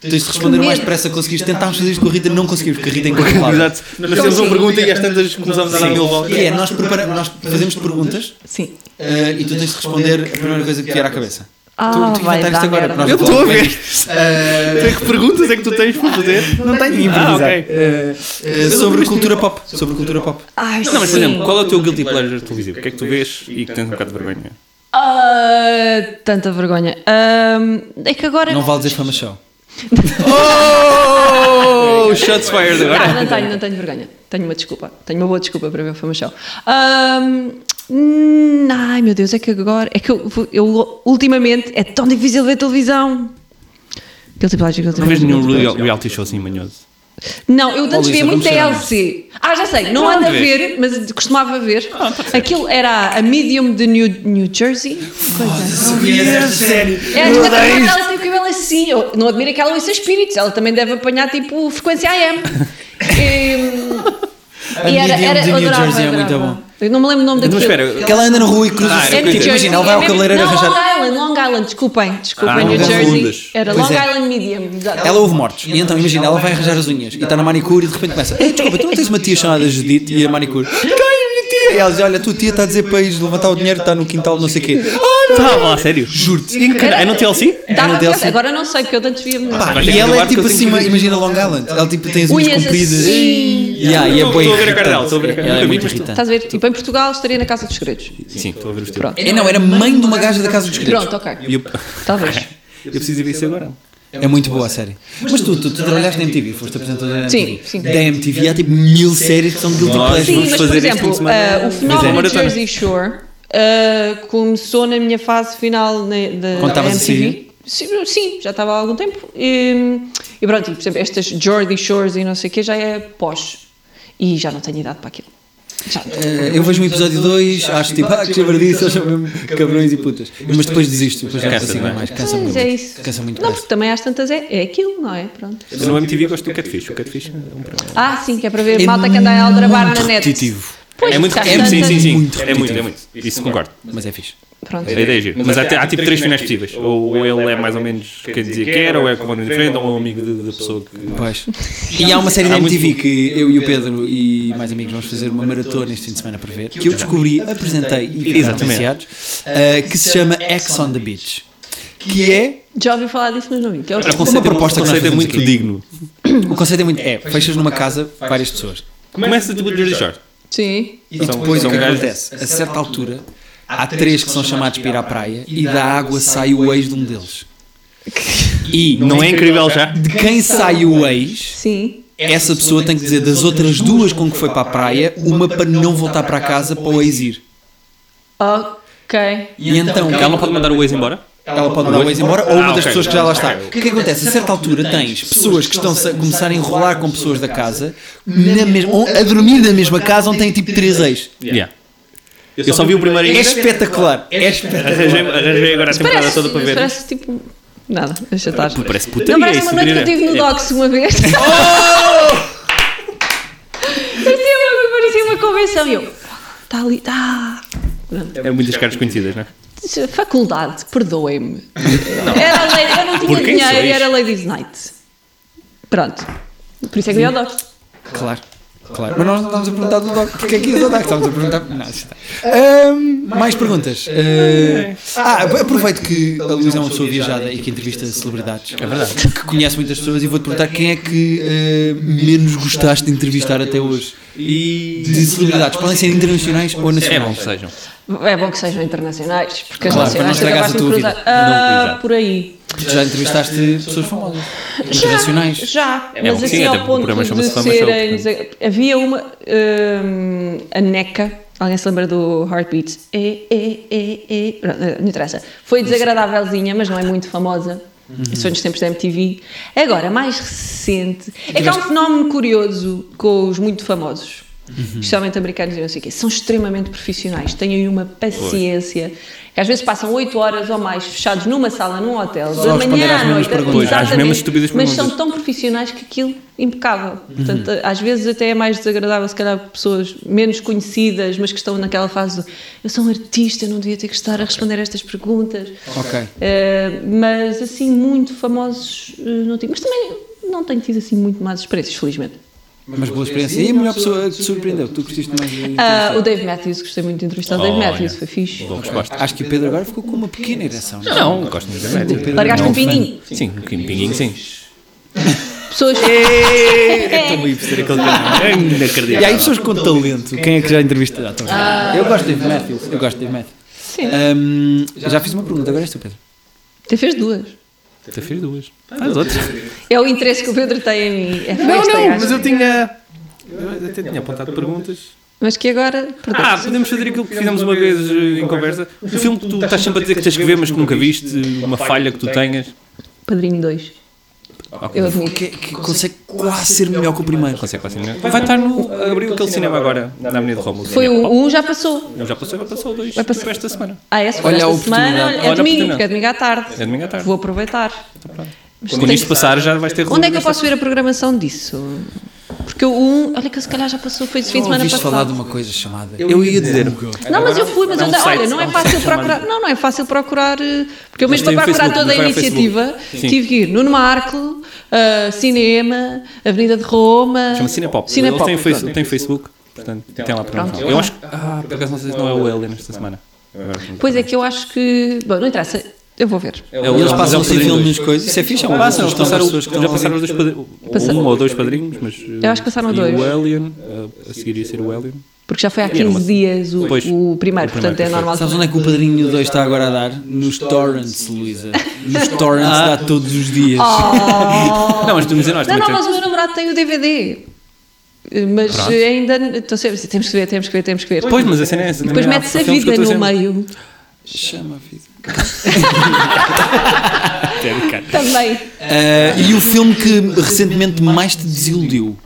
S2: Tens de responder o mais
S3: medo.
S2: depressa que conseguiste. Tentámos fazer isto com a Rita, não conseguimos, porque a Rita é incontrolável.
S1: Exato. Nós temos uma pergunta e às tantas começamos a dar mil voltas.
S2: E é, nós, prepara- nós fazemos perguntas
S3: Sim.
S2: eh, e tu tens de responder a primeira coisa que te vier à cabeça.
S3: Ah,
S2: tu tu
S3: vai
S2: inventaste
S3: dar
S2: agora.
S3: merda.
S2: nós
S1: Eu
S2: não
S1: estou a
S2: falamos.
S1: ver. Tem que perguntas é que tu tens para fazer?
S2: Não tenho
S1: Ah,
S2: Eh, improvisar.
S1: ok.
S2: Eh, eh, sobre cultura pop. Sobre cultura pop.
S3: Ai,
S1: Não, mas por
S3: sim.
S1: exemplo, qual é o teu guilty pleasure televisivo? O que é que tu vês e que tens um bocado de vergonha?
S3: Ah, tanta vergonha. Ahm, é que agora.
S2: Não vale dizer fama show.
S1: Oh! Shots fired
S3: Ah,
S1: agora!
S3: não tenho, não tenho vergonha. Tenho uma desculpa. Tenho uma boa desculpa para ver o Fama Show. Ahm, hum, ai meu Deus, é que agora. É que eu, eu ultimamente é tão difícil ver televisão. tipo Guilty pleasure, guilty
S1: Não vês
S3: pleasure,
S1: nenhum
S3: guilty
S1: real-
S3: pleasure.
S1: reality show assim manhoso?
S3: Não, eu antes
S2: Lisa,
S3: via muito
S2: vamos ser
S3: TLC. Ah, já sei, não Ah, tá ando a ver, mas costumava ver. Aquilo era a medium de New, New Jersey. Coisa. É, esta mulher, ela tem o cabelo assim. Eu não admiro que ela ouça espíritos, ela também deve apanhar tipo frequência AM. E,
S2: A medium de New Jersey é muito bom.
S3: Eu não me lembro o nome
S1: Então, Mas
S3: daquilo.
S1: espera,
S2: Que ela anda na rua e cruza
S1: Ah,
S2: os
S1: era
S3: New
S1: tipo,
S2: sentidos.
S3: Jersey.
S2: Imagina, ela vai ao
S3: É mesmo-
S2: cabeleireiro
S3: não,
S2: arranjar.
S3: Long Island, Long Island, desculpem, desculpem,
S1: Ah,
S3: New
S1: Long
S3: Jersey.
S1: Island Ondas.
S3: Era
S2: Pois
S3: Long
S2: é.
S3: Island Medium, exato.
S2: Ela ouve mortos. E então, imagina, ela vai arranjar as unhas e está na manicure e de repente começa: Ei, desculpa, tu não tens uma tia chamada Judite e a manicure? Quem é a minha tia? E ela diz: Olha, a tua tia está a dizer para ires levantar o dinheiro, está no quintal, não sei o quê.
S1: Estava Tá, lá, sério?
S2: Juro-te.
S1: Encara- É no TLC?
S3: Dava
S2: Era um
S3: pra-
S2: DLC.
S3: agora não sei, porque eu antes via muito.
S1: vai ter
S2: E
S1: que
S2: ela é
S1: acabar
S2: tipo
S1: porque eu
S2: assim,
S1: tenho que-
S2: imagina Long Island. Ela tipo tem as unhas
S3: Unhas
S2: compridas.
S3: assim.
S2: Yeah, e é
S1: Estou-
S2: bem
S1: estou a ver a cara dela,
S2: irritante.
S1: estou a ver a cara
S2: Ela
S1: dela.
S2: é muito
S1: Mas tu-
S2: irritante.
S3: Estás a ver? Tipo, em Portugal estaria na Casa dos Segredos.
S1: Sim, estou a ver os teus.
S3: Pronto,
S2: É, não, era mãe de uma gaja da casa dos queridos.
S3: pronto, ok.
S1: E Eu
S3: Talvez.
S1: eu preciso ir ver isso agora.
S2: É muito boa a série. Mas tu, tu, tu trabalhaste na MTV, foste apresentadora da
S3: Sim,
S2: MTV.
S3: sim.
S2: Da MTV há tipo mil séries que são de guilty
S1: Nós
S2: pleasure.
S3: Sim,
S1: vamos
S3: mas por
S1: fazer este fim
S3: exemplo,
S1: de semana.
S3: eh, o fenómeno
S1: Pois
S3: de
S1: é.
S3: Jersey Shore eh, começou na minha fase final na- da
S2: Quando
S3: da
S2: estavas a
S3: MTV. Sim, sim, já estava há algum tempo. E, e pronto, e, por exemplo, estas Jersey Shores e não sei o quê já é pós. E já não tenho idade para aquilo. Já não tenho.
S2: Eh, eu vejo um episódio 2, acho tipo, ah, que chavardice, eles são mesmo cabrões e putas. Mas depois desisto, depois já não
S1: Cansa,
S2: consigo
S1: não é?
S2: mais, cansa
S3: Mas
S2: muito.
S3: é isso.
S2: Cansa muito
S3: não,
S2: depressa.
S3: porque também às tantas é, é aquilo, não é? Pronto.
S1: Eu no MTV gosto do Catfish. O Catfish é um programa.
S3: Ah, sim, que é para ver malta que anda a aldrabar
S2: muito
S3: na net.
S2: repetitivo.
S3: Pois,
S1: É muito
S3: porque às
S1: repetitivo. Sim,
S3: tantas-
S1: sim,
S2: Muito
S1: sim. É muito,
S2: repetitivo.
S1: é muito. Isso concordo.
S2: Mas é fixe.
S3: Pronto.
S1: A ideia é gira. Mas há, há tipo três finais possíveis. Ou ele é mais ou menos quem dizia que era, ou é com o diferente, ou é um amigo de- da pessoa que.
S2: Pois. E há uma série da
S1: Há muito
S2: MTV que eu e o Pedro e mais amigos vamos fazer uma maratona este fim de semana para ver, que eu descobri, apresentei e ficámos
S1: Exatamente.
S2: viciados, eh, que se chama Ex on the Beach. Que é
S3: Já ouvi falar disso, mas não vi. Que é o
S1: O
S2: Uma
S1: conceito, é-
S2: proposta que
S1: o
S2: nós
S1: conceito é
S2: fazemos
S1: muito
S2: aqui.
S1: digno.
S2: O conceito é muito. É, fechas numa casa várias pessoas.
S1: Começa tipo o Jersey Shore.
S3: Sim.
S2: E depois o que acontece? A certa altura, há três que são chamados para ir à praia e da água sai o ex de um deles. E
S1: Não é incrível já?
S2: de quem sai o ex,
S3: Sim.
S2: essa pessoa tem que dizer das outras duas com que foi para a praia, uma para não voltar para casa para o ex ir.
S3: Ok.
S2: E então,
S1: Ela não pode mandar o ex embora?
S2: Ela pode mandar o ex um embora ou
S1: Ah,
S2: uma das
S1: ok.
S2: pessoas que já lá está. O que é que acontece? A certa altura tens pessoas que estão a começar a enrolar com pessoas da casa na mesma, a dormir na mesma casa onde têm tipo três ex.
S1: Yeah. Eu só vi o primeiro
S2: É
S1: ainda.
S2: espetacular. É espetacular.
S1: Arranjei arranjei agora a temporada
S3: Parece,
S1: toda para ver.
S3: parece tipo. Nada, deixa estar.
S1: Parece putaria
S3: Não parece
S1: isso,
S3: uma noite que eu
S1: Adriana.
S3: tive no Docs uma vez. Parecia uma- Assim, parecia uma convenção. E eu, está ali, tá." está.
S1: É muitas caras conhecidas, não é?
S3: Faculdade, perdoem-me. Era lei- Eu não tinha
S1: Por quem
S3: dinheiro e
S1: sois?
S3: era Ladies Night. Pronto. Por isso é que eu ia ao Docs.
S2: Claro. Claro. Mas nós não estamos a perguntar do Doc. Porque é que ias ao Doc? Estamos a perguntar. Não, isso está. Ahm, mais perguntas. Ah, ah, aproveito que a Luísa é uma pessoa viajada e que entrevista celebridades. É verdade. Que conhece muitas pessoas e vou-te perguntar quem é que ah, menos gostaste de entrevistar até hoje. E de celebridades. Podem ser internacionais ou
S1: É bom
S2: nacionais.
S1: que sejam.
S3: É bom que sejam internacionais, porque as
S2: Claro, para não
S3: nacionais
S2: estragares
S3: acabaste
S2: a
S3: de
S2: tua
S3: cruzar.
S2: vida.
S1: Não,
S3: Ah,
S1: exato.
S3: por aí.
S2: Porque já entrevistaste pessoas famosas. É. Internacionais.
S3: Já,
S1: É
S3: mas
S1: bom,
S3: assim
S1: sim, até
S3: ao
S1: porque o
S3: ponto
S1: programa
S3: de
S1: chama-se Fama Show,
S3: serem... Havia uma... hum, a NECA, Alguém se lembra do É, Heartbeat? E, e, e, e. Pronto, eh, Não interessa. Foi desagradávelzinha, mas não é muito famosa.
S1: Uhum.
S3: Isso foi nos tempos da MTV. Agora, mais recente. É que há um fenómeno curioso com os muito famosos,
S1: Uhum.
S3: especialmente americanos e não sei o quê. São extremamente profissionais, têm aí uma paciência. Que às vezes passam 8 horas ou mais fechados numa sala, num hotel,
S2: a
S3: da
S2: responder
S3: manhã
S2: às
S3: à
S2: mesmas
S3: noite.
S2: perguntas.
S1: Pois, às
S3: exatamente,
S1: mesmas estúpidas
S3: mas são
S1: perguntas. Uhum.
S3: tão profissionais que aquilo impecável. Portanto, às vezes até é mais desagradável, se calhar, para pessoas menos conhecidas, mas que estão naquela fase do eu sou um artista, eu não devia ter que estar a responder a estas perguntas.
S2: Ok.
S3: Eh, mas assim, muito famosos eh, não tive. Mas também não tenho tido assim muito más experiências, felizmente.
S2: Mas boa experiência. E a melhor pessoa que te surpreendeu? Tu gostaste mais de
S3: Ah, o Dave Matthews, gostei muito de entrevistar o Dave
S1: Olha.
S3: Matthews, foi fixe.
S1: Bom, Oh, resposta.
S2: Acho que o Pedro agora ficou com uma pequena ereção. é?
S1: Não, gosto muito da média.
S3: Largaste
S2: Não,
S3: um pinguinho.
S1: Sim, um pinguinho, sim.
S3: Pessoas.
S1: é
S2: E há aí pessoas com talento. Quem é que já entrevistou? Ah, tô a brincar. Eu gosto de Dave Matthews. Eu gosto de Dave Matthews.
S3: Sim.
S2: Ahm, já fiz uma pergunta, agora é és tu, Pedro.
S3: Até fez duas.
S1: Até fez duas. Faz Ah, outras.
S3: É o interesse que o Pedro tem em mim. É
S1: Não,
S3: festa,
S1: não,
S3: gajo.
S1: mas eu tinha. Eu até tinha apontado perguntas.
S3: Mas que agora. Perdão.
S1: Ah, podemos fazer aquilo que fizemos uma vez eh, em conversa. Um filme que tu estás sempre a dizer que tens que ver, mas que nunca viste, uma falha que tu tenhas.
S3: Padrinho 2.
S1: Ah,
S3: Eu admito.
S2: Que, que consegue quase ser melhor que o primeiro.
S1: Consegue passar melhor. Vai estar no. Abriu aquele cinema agora, na Avenida de Rómulo.
S3: Foi o 1, já passou.
S1: Um já passou, vai passar o dois.
S3: Vai passar.
S1: Foi esta semana.
S3: Ah, essa foi
S2: Olha a
S3: esta semana.
S2: oportunidade.
S3: Olha,
S1: Olha
S3: é
S1: a
S3: domingo,
S1: oportunidade.
S3: porque é domingo à tarde.
S1: É domingo à tarde.
S3: Vou aproveitar. Mas
S1: Quando
S3: tem-
S1: isto passar, já vais ter
S3: Onde é que eu
S1: resolvido
S3: posso ver a programação disso? Porque o 1, olha que eu se calhar já passou, foi esse fim de
S2: Eu
S3: semana
S2: ouviste falar de
S3: passado.
S2: uma coisa chamada.
S1: Eu ia dizer.
S3: Não, mas eu fui, mas
S1: Há
S3: eu
S1: um
S3: da-
S1: site,
S3: olha, não é
S1: há um
S3: fácil
S1: site chamado-
S3: procurar, não, não é fácil procurar, eh, porque eu
S1: Mas
S3: mesmo para
S1: tem o Facebook,
S3: procurar toda a
S1: vai ao
S3: iniciativa,
S1: Facebook. Sim.
S3: tive que ir Nuno Marco, eh, Cinema, Avenida de Roma,
S1: Chama Cinepop.
S3: Cinepop.
S1: Ele tem, face, tem Facebook, portanto, tem lá a programação. Eu acho que. Ah, por acaso não sei se não é o L nesta semana.
S3: Pois é que eu acho que, bom, não interessa, eu vou ver.
S1: É o
S2: E
S1: L,
S2: eles
S1: mas é o
S2: passam sem
S1: Padrinho dois.
S2: filmes, coisas. Isso é fixe, é uma
S1: Passam,
S2: passam,
S1: eles
S2: estão
S1: passaram,
S2: pessoas que
S1: já
S2: estão
S1: passaram
S2: ali.
S1: os dois padrinhos,
S3: Passaram.
S1: um ou dois padrinhos, mas
S3: Eu acho que passaram
S1: e
S3: dois.
S1: o Alien, a- a seguir ia ser o Alien.
S3: Porque já foi há
S1: Era uma-
S3: 15 dias o,
S1: Pois,
S3: o, primeiro,
S1: o primeiro,
S3: portanto é
S1: perfeito.
S3: normal.
S2: Sabes onde é que o Padrinho 2 está agora a dar? Nos torrents, Luísa. Nos torrents dá todos os dias.
S3: Oh.
S1: Não, mas tu me dizes nós
S3: não,
S1: também
S3: não,
S1: temos.
S3: mas o meu namorado tem o DVD. Mas
S1: Pronto.
S3: ainda. Estou sempre assim, temos que ver, temos que ver, temos que ver.
S1: Pois, mas a cena é essa.
S3: Depois
S1: também há
S3: mete-se a
S1: filmes que
S3: vida
S1: eu estou
S3: no
S1: sempre-
S3: meio.
S2: Chama a vida.
S1: É.
S3: Também.
S2: Ah, e o filme que recentemente mais te desiludiu?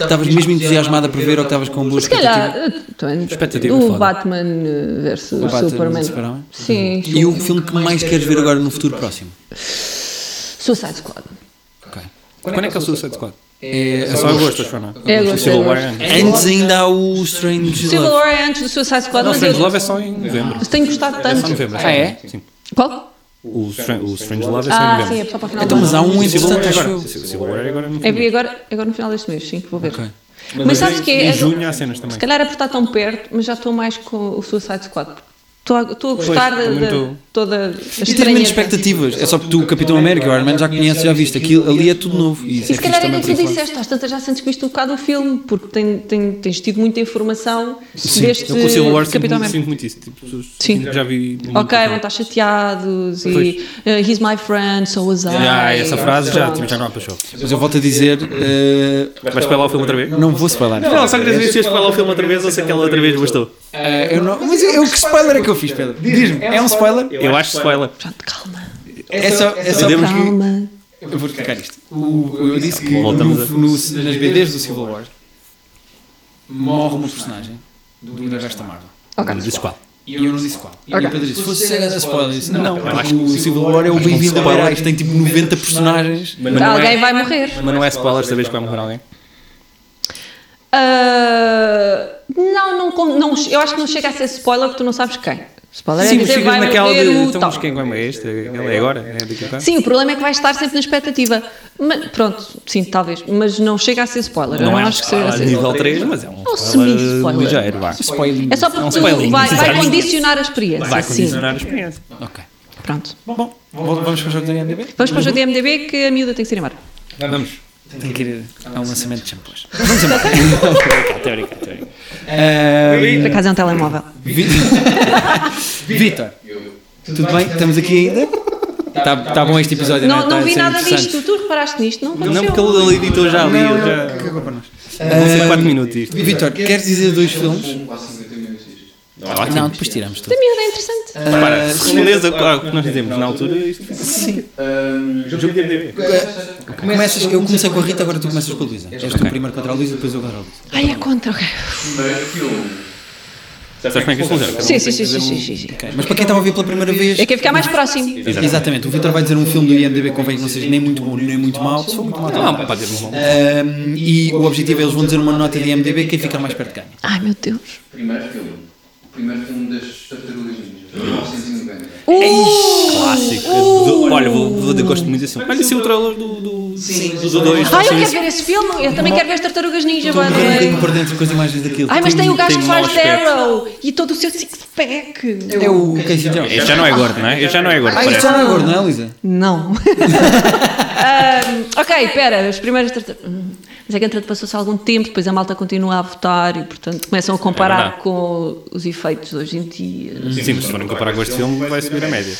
S2: Estavas mesmo entusiasmada para ver ou que estavas com boas
S3: Se calhar. eh, também,
S1: é Expectativa é
S3: o
S1: foda.
S3: Batman eh, versus
S2: O Batman
S3: Superman.
S2: versus Superman.
S3: Sim.
S2: E o filme que mais queres ver agora no futuro próximo?
S3: Suicide Squad.
S2: Ok.
S1: Quando é que é o Suicide Squad?
S2: É,
S1: É só agosto, acho que não.
S3: É agosto,
S1: O Civil
S3: é
S1: War.
S3: agosto.
S1: é-
S2: Antes ainda há o Strange
S3: Civil
S2: Love.
S3: War é antes do Suicide Squad,
S1: Não,
S3: mas
S1: Strange
S3: eu
S1: Love é só em novembro.
S3: tenho gostado
S1: É só em
S3: tanto.
S1: novembro. acho que
S2: é?
S1: Sim.
S3: Qual?
S1: O Stran- o Strange Love é só em
S3: Ah, sim, é
S1: novembro.
S3: só para o final
S2: Então,
S3: do
S2: mas há
S3: ano.
S2: um
S1: O Civil War é
S2: interessante, acho
S1: agora. O
S2: eu.
S1: Civil War é agora. no
S3: É
S1: fim.
S3: vi agora, agora no final deste mês, sim, que vou ver.
S2: Ok.
S3: Mas, sabes que é.
S1: Em junho há cenas também.
S3: Se calhar é por estar tão perto, mas já estou mais com o Suicide Squad. Estou a, estou a gostar da,
S1: também
S3: da-
S1: estou.
S3: toda a
S2: E tens menos
S3: estranheza.
S2: expectativas. É só porque tu, o Capitão América, o Iron Man já conheces, já viste. Aquilo, ali é tudo novo. E isso
S3: E
S2: é
S3: se
S2: fixe
S3: calhar era
S2: também
S3: o que tu
S2: para falar.
S3: disseste, às tantas já sentes que viste um bocado o filme, porque tem, tem- tens tido muita informação deste
S1: Eu com o Civil War sinto
S3: Capitão
S1: muito-
S3: América.
S1: sinto muito isso. Tipo, pessoas-
S3: Sim.
S1: Já vi.
S3: Ok, vão estar chateados e eh, he's my friend, so was I.
S1: Ah, essa frase já,
S3: Pronto.
S1: tipo, já não há para show.
S2: Mas eu volto a dizer, eh,
S1: Vais para lá o filme outra vez?
S2: não vou spoiler.
S1: Não, eh, só queria dizer se ias para lá o filme outra vez ou se aquela outra vez gostou.
S2: Eh, eu não- mas eu, que spoiler é que eu fiz, Pedro? Diz-me, é um spoiler?
S1: Eu acho spoiler.
S3: Pronto, calma,
S2: É só, é só
S1: Podemos-
S2: porque-
S3: calma.
S2: Eu vou explicar isto. O- eu disse que no-
S1: Voltamos a-
S2: no- nas BDs do Civil War morre uma personagem do universo da Marvel.
S1: Não dizes qual.
S2: E eu não disse qual. E
S3: Ok.
S2: o Pedro disse: se fosse cega da spoiler, eu disse: não,
S1: Eu acho
S2: porque o Civil War é o bem-vindo a
S1: spoiler.
S2: Heróis, tem tipo 90 personagens.
S1: Mas não
S3: Alguém
S1: é,
S3: vai morrer.
S1: mas não é spoiler esta vez que vai morrer alguém.
S3: Ah, não, não, con- não, eu acho que não chega a ser spoiler porque tu não sabes quem. Spoiler
S1: Sim,
S3: é
S1: mas
S3: dizer
S1: ficas
S3: vai
S1: naquela
S3: morrer
S1: de.
S3: o
S1: Então,
S3: tal.
S1: mas quem é este? Ele é agora? É daqui a pouco?
S3: Sim, o problema é que vai estar sempre na expectativa. Mas, pronto, sim, talvez. Mas não chega a ser spoiler. eu
S1: Não é
S3: acho que seja
S1: um
S3: assim.
S1: nível 3, mas é um
S3: um
S1: spoiler
S3: semi-spoiler.
S1: ligeiro, vá.
S2: Spoiling.
S3: É só porque
S1: É um
S3: tu
S1: spoiling,
S3: vai, vai
S1: sinceramente.
S3: condicionar a experiência.
S1: Vai
S3: sim.
S1: condicionar a experiência.
S2: Ok.
S3: Pronto.
S2: Bom, vamos para o jogo da IMDb?
S3: Vamos para o jogo de MDB que a miúda tem que se animar.
S1: Vamos.
S2: Tem que ir. É um lançamento de shampoos.
S1: Teórica, teórica.
S3: Por acaso é um telemóvel.
S2: Vitor, tudo bem? Estamos aqui ainda? Está tá bom este episódio,
S3: Não,
S2: é?
S3: não
S2: Tá a
S3: vi
S2: ser
S3: nada
S2: interessante.
S3: disto. Tu reparaste nisto? Não
S1: Não,
S3: aconteceu.
S1: porque ele ele editou já ali. ele já- Vão ser 4 minutos isto.
S2: Vitor, queres dizer dois filmes?
S5: Não, acho que
S2: Não, depois tiramos tudo.
S3: Da miúda é interessante.
S1: Repara,
S2: Ah,
S1: se respondes agora o que nós dizemos na altura, isto assim.
S2: Sim.
S4: Ahm,
S5: Jogo de MDB.
S2: Começas, eu comecei com a Rita, agora tu começas com a Luísa. És tu primeiro contra a Luísa, depois eu contra a Luísa.
S3: Ai, é contra, ok.
S4: Primeiro filme.
S5: Sabes
S1: como é que isso funciona?
S3: Sim, sim, sim, sim, sim, sim, sim.
S2: Ok, Mas para quem estava a ver pela primeira vez.
S3: É quem ficar mais próximo.
S2: Exatamente. Exatamente. O Vitor vai dizer um filme do IMDB que convém que não seja nem muito bom nem muito mau. Se for muito mau, tá
S1: Não,
S2: bom.
S1: pá, dizemos mal.
S2: Ahm, e o objetivo é eles vão dizer uma nota de IMDB quem fica mais perto ganha.
S3: Ai, meu Deus.
S4: Primeiro filme. Primeiro filme das Tartarugas Ninjas, de
S2: Uhum.
S4: 1990.
S1: Clássico. Do- Olha, vou, vou dizer gosto muito desse filme. Olha, esse é o trailer do 2. Sim, do dois.
S3: Ai, eu quero ver esse filme. Eu também quero ver as Tartarugas Ninja,
S2: Estou um
S3: by the
S2: bocadinho
S3: way.
S2: por dentro com as imagens daquilo.
S3: Ai, mas tem o gajo
S1: Tem
S3: que
S1: mau
S3: faz de
S1: aspecto.
S3: Arrow e todo o seu six-pack.
S2: É o Casey Jones.
S1: Este já não é gordo, não é? Este já não é gordo,
S2: Ah, isto
S1: parece.
S2: já não é gordo, não é, Luísa?
S3: Não. Ahm, ok, pera, as primeiras. tarta- Hum, Mas é que entretanto passou-se algum tempo, depois a malta continua a votar e, portanto, começam a
S1: É
S3: comparar
S1: verdade.
S3: com os efeitos de hoje em dia.
S1: Sim, mas se forem comparar com este filme, vai subir a média.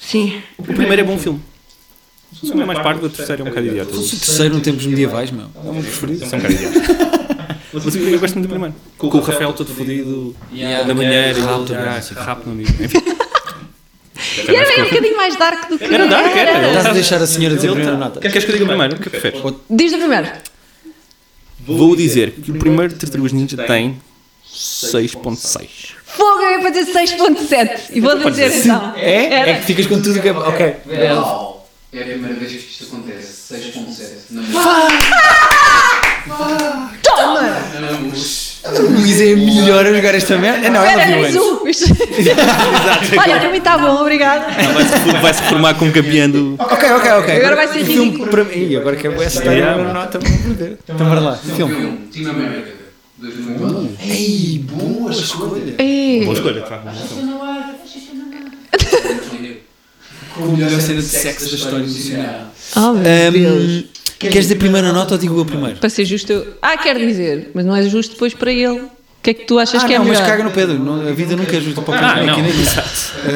S3: Sim.
S1: O primeiro é bom filme. O segundo é mais pardo, o terceiro é um bocado idiota.
S2: O terceiro não tempos medievais, meu.
S1: É o meu preferido. São um bocado idiota. Mas eu gosto muito do primeiro. Com o Rafael todo fodido, Ah, na banheira, e rápido,
S2: tá.
S1: rápido no amigo. Enfim.
S3: E era bem um bocadinho mais dark do que
S1: Era dark, era.
S2: Estás a deixar a senhora dizer a primeira nota.
S1: Queres que eu diga primeiro? O que preferes?
S3: Diz o primeiro.
S1: Vou dizer que o primeiro Tartarugas Ninja tem 6.6.
S3: Fogo, eu ia fazer 6.7. E vou dizer então.
S2: É?
S3: Era.
S2: É que ficas com tudo que é. Ok.
S4: Uau! É a primeira vez que isto acontece. 6.7. Na
S3: Toma!
S2: Luísa é a melhor a jogar esta merda. Ah, Não, ela
S3: Era
S2: viu
S3: mais
S2: antes.
S3: um. Olha, para mim está bom, obrigado.
S1: Vai-se formar com um campeão do.
S2: Ok, ok, ok.
S3: Agora vai ser
S2: o filme
S3: ridículo.
S2: Para mim, Ih, agora que é boa essa
S1: Yeah.
S2: primeira nota, vou perder. Então bora lá. Filme.
S4: filme. Team America. 2009.
S2: Ei, boa escolha.
S3: Ei,
S1: Boa escolha,
S2: Com a melhor cena de sexo da história do cinema.
S3: Oh,
S2: Ehm,
S3: meu Deus.
S2: Queres dizer primeira nota ou digo eu primeiro?
S3: Para ser justo, eu... Ah, quero dizer, mas não é justo depois para ele. O que é que tu achas
S2: Ah,
S3: que é
S2: não, mas
S3: melhor?
S2: caga no Pedro. Não, a vida nunca é justa para o
S1: Ah,
S2: Pedro.
S1: não.
S2: aqui nem isso.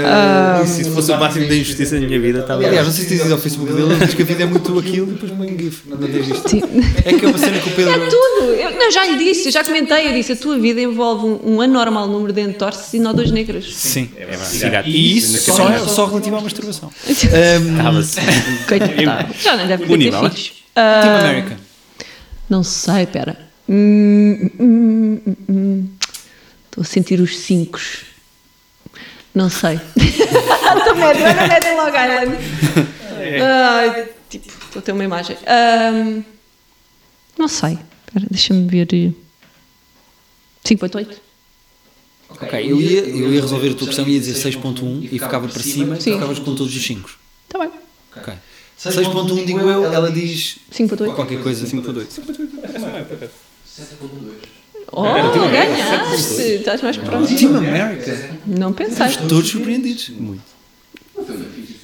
S2: Ah,
S1: Se isso fosse o máximo da injustiça da minha vida, tá estava.
S2: Aliás, não sei se tens ido ao Facebook dele, ele diz que a vida é muito aquilo e depois põe um gif. Não tens visto.
S3: Sim.
S2: É que é uma cena que o Pedro...
S3: É tudo! Eu, não, já lhe disse, eu já comentei, eu disse, a tua vida envolve um, um anormal número de entorces e nódoas negras.
S2: Sim.
S1: É verdade.
S2: E isso só, é- só relativo à masturbação.
S1: Estava-se.
S3: Coitado. Já não deve
S1: O
S3: ter
S1: nível, né?
S3: filhos.
S2: Tipo
S3: Ah,
S2: Team America.
S3: não sei, pera. Hum, hum, hum, hum. Estou a sentir os cinco. Não sei. Estou medo, olha medo em Long Island.
S2: É.
S3: Ai, tipo, estou a ter uma imagem. Ahm, não sei. Espera, deixa-me ver. 5.8.
S2: Ok, eu ia, eu ia resolver a tua questão e ia dizer 6.1 e ficava para cima e
S3: Sim.
S2: ficavas com todos os 5.
S3: Está Tá bem.
S2: Ok. 6.1 digo eu, ela diz
S3: 5.8.
S2: qualquer coisa. 5.2.
S4: 7.2.
S3: Oh,
S2: tipo
S3: ganhaste! Estás mais próximo.
S2: Team America.
S3: Não pensei.
S2: Todos surpreendidos. Muito.
S4: O filme é fixe.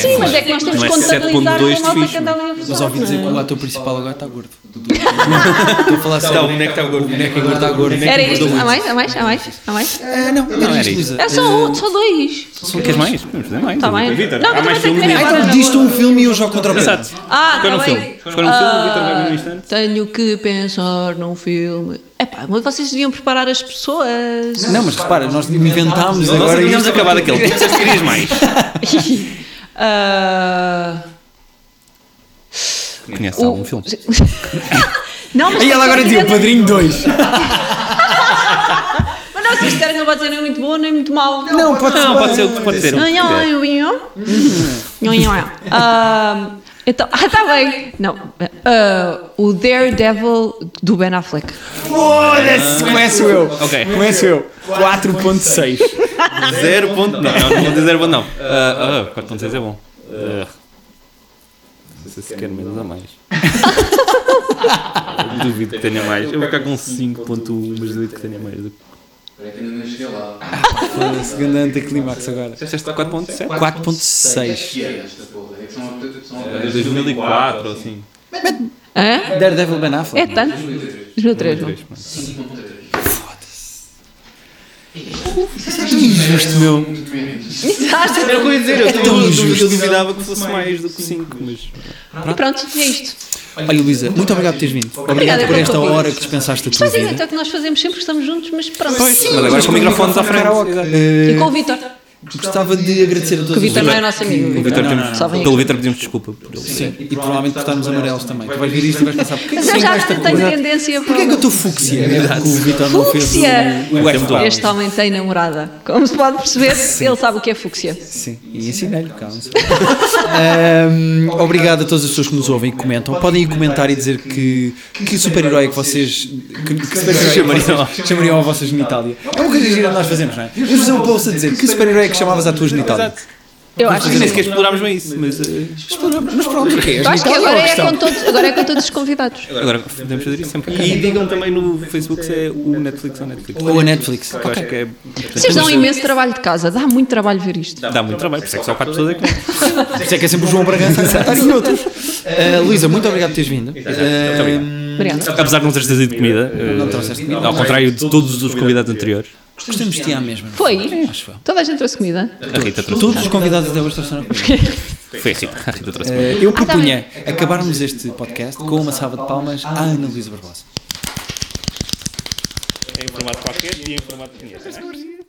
S3: Sim, mas é que nós temos
S1: não
S3: que
S1: é
S3: contabilizar
S1: 7.2
S3: a malta que
S1: fixe,
S3: anda ali a votar.
S2: Mas ouvi dizer que
S3: não é?
S2: o ator principal agora está gordo. Estou a falar assim.
S1: Então, o boneco está gordo. é O boneco
S2: Agora está gordo.
S3: Era isto? Há mais? Há mais? Há mais? Há mais?
S2: Ah, não, não era isto.
S3: É só um, só dois.
S1: Queres mais? Podemos fazer mais.
S3: Está Tá bem.
S1: Vitor,
S3: Não,
S1: há
S3: mas
S1: mais
S3: também
S1: filmes.
S3: tem que ver
S2: Ah, então
S3: agora.
S2: diz-te um filme e eu jogo contra o Pedro.
S1: Exato.
S3: Ah,
S1: Escolhe um
S3: tá bem. Ah,
S1: filme. Escolhe um filme, o Vitor vai ver no instante.
S3: Tenho que pensar num filme. Epá, mas vocês deviam preparar as pessoas.
S2: Não, mas repara, nós inventámos
S1: Nós
S2: agora
S1: tínhamos
S2: isto.
S1: acabado aquele. Tu disseste que querias mais.
S3: Ah,
S1: Conhece
S2: Tá
S1: algum filme?
S3: não, mas
S2: um E ela agora dizia o Padrinho 2.
S3: Mas não, se disserem não pode ser nem muito bom nem muito mau.
S2: Não, pode
S1: Não, pode ser, pode ser.
S3: Nhon, nhon,
S1: um.
S3: nhon.
S2: Uhum.
S3: Nhon, nhon. Ah, Então, ah, tá bem. Não, ah, o Daredevil do Ben Affleck.
S2: Foda-se, Ah, começo eu.
S1: Ok.
S2: Começo eu. 4.6.
S1: 0. Não, não, não vou dizer 0. Não. Ah, ah, 4.6 é bom. Ah. Não sei se quer menos ou mais. Eu Duvido que tenha mais. Eu vou ficar com 5.1, mas duvido que tenha mais.
S4: Espera que ainda não cheguei lá.
S2: Ah, Foda-se, grande anticlimax agora.
S1: Disseste 4.7?
S2: 4.6
S4: Que é esta porra? É que são são-
S1: 2004 ou assim.
S3: Hã?
S2: Daredevil Ben
S3: É
S2: Affleck
S3: tanto? 2003. não?
S4: 5.3.
S2: burro. Injusto, meu.
S4: Muito menos.
S3: Exato.
S1: Era o que eu ia dizer, eu,
S2: É tão
S1: eu- eu
S2: injusto.
S1: duvidava que fosse mais do que 5, mas.
S3: E pronto, é isto.
S2: Olha, Luísa, muito obrigado por teres vindo.
S3: Obrigada
S2: Obrigado por
S3: pelo
S2: esta
S3: convite.
S2: hora que dispensaste da tua
S3: Mas é
S2: vida.
S3: até o que nós fazemos sempre, estamos juntos, mas pronto.
S1: Mas agora com o microfone à frente.
S3: E
S2: Eh,
S3: com o Vitor,
S2: Gostava de agradecer a todos
S3: que o
S2: os
S3: Vitor não é nosso amigo.
S1: O
S3: o
S1: Vítor
S3: Vítor.
S1: pedimos-
S3: não, não.
S1: Pelo Vitor pedimos desculpa por ele.
S2: Sim, e provavelmente por estarmos amarelos também. Tu vais ver isto e vais pensar, porquê que
S3: Mas
S2: eu
S3: eu já
S2: esta
S3: tenho
S2: coisa?
S3: tendência para.
S2: Porquê é que eu estou fúcsia? É que o Vitor não fez o-
S3: Fúcsia!
S2: o F4.
S3: Este homem tem namorada. Como se pode perceber, ele sabe o que é fúcsia.
S2: Sim, e ensinei-lhe, calma. Ahm, obrigado a todas as pessoas que nos ouvem e comentam. Podem ir comentar e dizer que, que super-herói que vocês que, que super-herói que vocês chamariam a vossa genitália. É uma coisa gira que nós fazemos, não é? Vamos fazer um post a dizer que super-herói é que chamavas à tua genitália.
S3: Eu acho que
S1: Nem sequer explorámos bem isso, mas. eh,
S2: Mas pronto, porque é
S3: Eu acho que
S2: genitália
S3: agora
S2: uma
S3: é,
S2: questão.
S3: com todos, agora é com todos os convidados.
S1: Agora podemos fazer isso sempre. E digam também no Facebook se é o Netflix ou Netflix.
S2: Ou a Netflix.
S1: Eu acho que é.
S3: Vocês dão imenso trabalho de casa, dá muito trabalho ver isto.
S1: Dá muito trabalho, por isso é que só quatro pessoas é que.
S2: Isso é que é sempre o João Bragança a acertar e outros. Ah, Luísa, muito obrigado por teres vindo. Ah,
S3: Obrigada.
S1: Apesar de não teres trazido comida, eh,
S2: Não trouxeste nada.
S1: ao contrário de todos os convidados anteriores,
S2: Gostamos de ti à mesma. não
S3: Foi?
S2: Acho eu.
S3: Toda a gente trouxe comida.
S1: a Rita trouxe.
S2: Todos os convidados até hoje trouxeram comigo.
S1: Foi a Rita, a Rita trouxe.
S2: Eh, Eu
S3: tá
S2: propunha acabarmos este podcast com uma salva de palmas à Ana Luísa Barbosa.
S1: Em formato qualquer e em formato de dinheiro.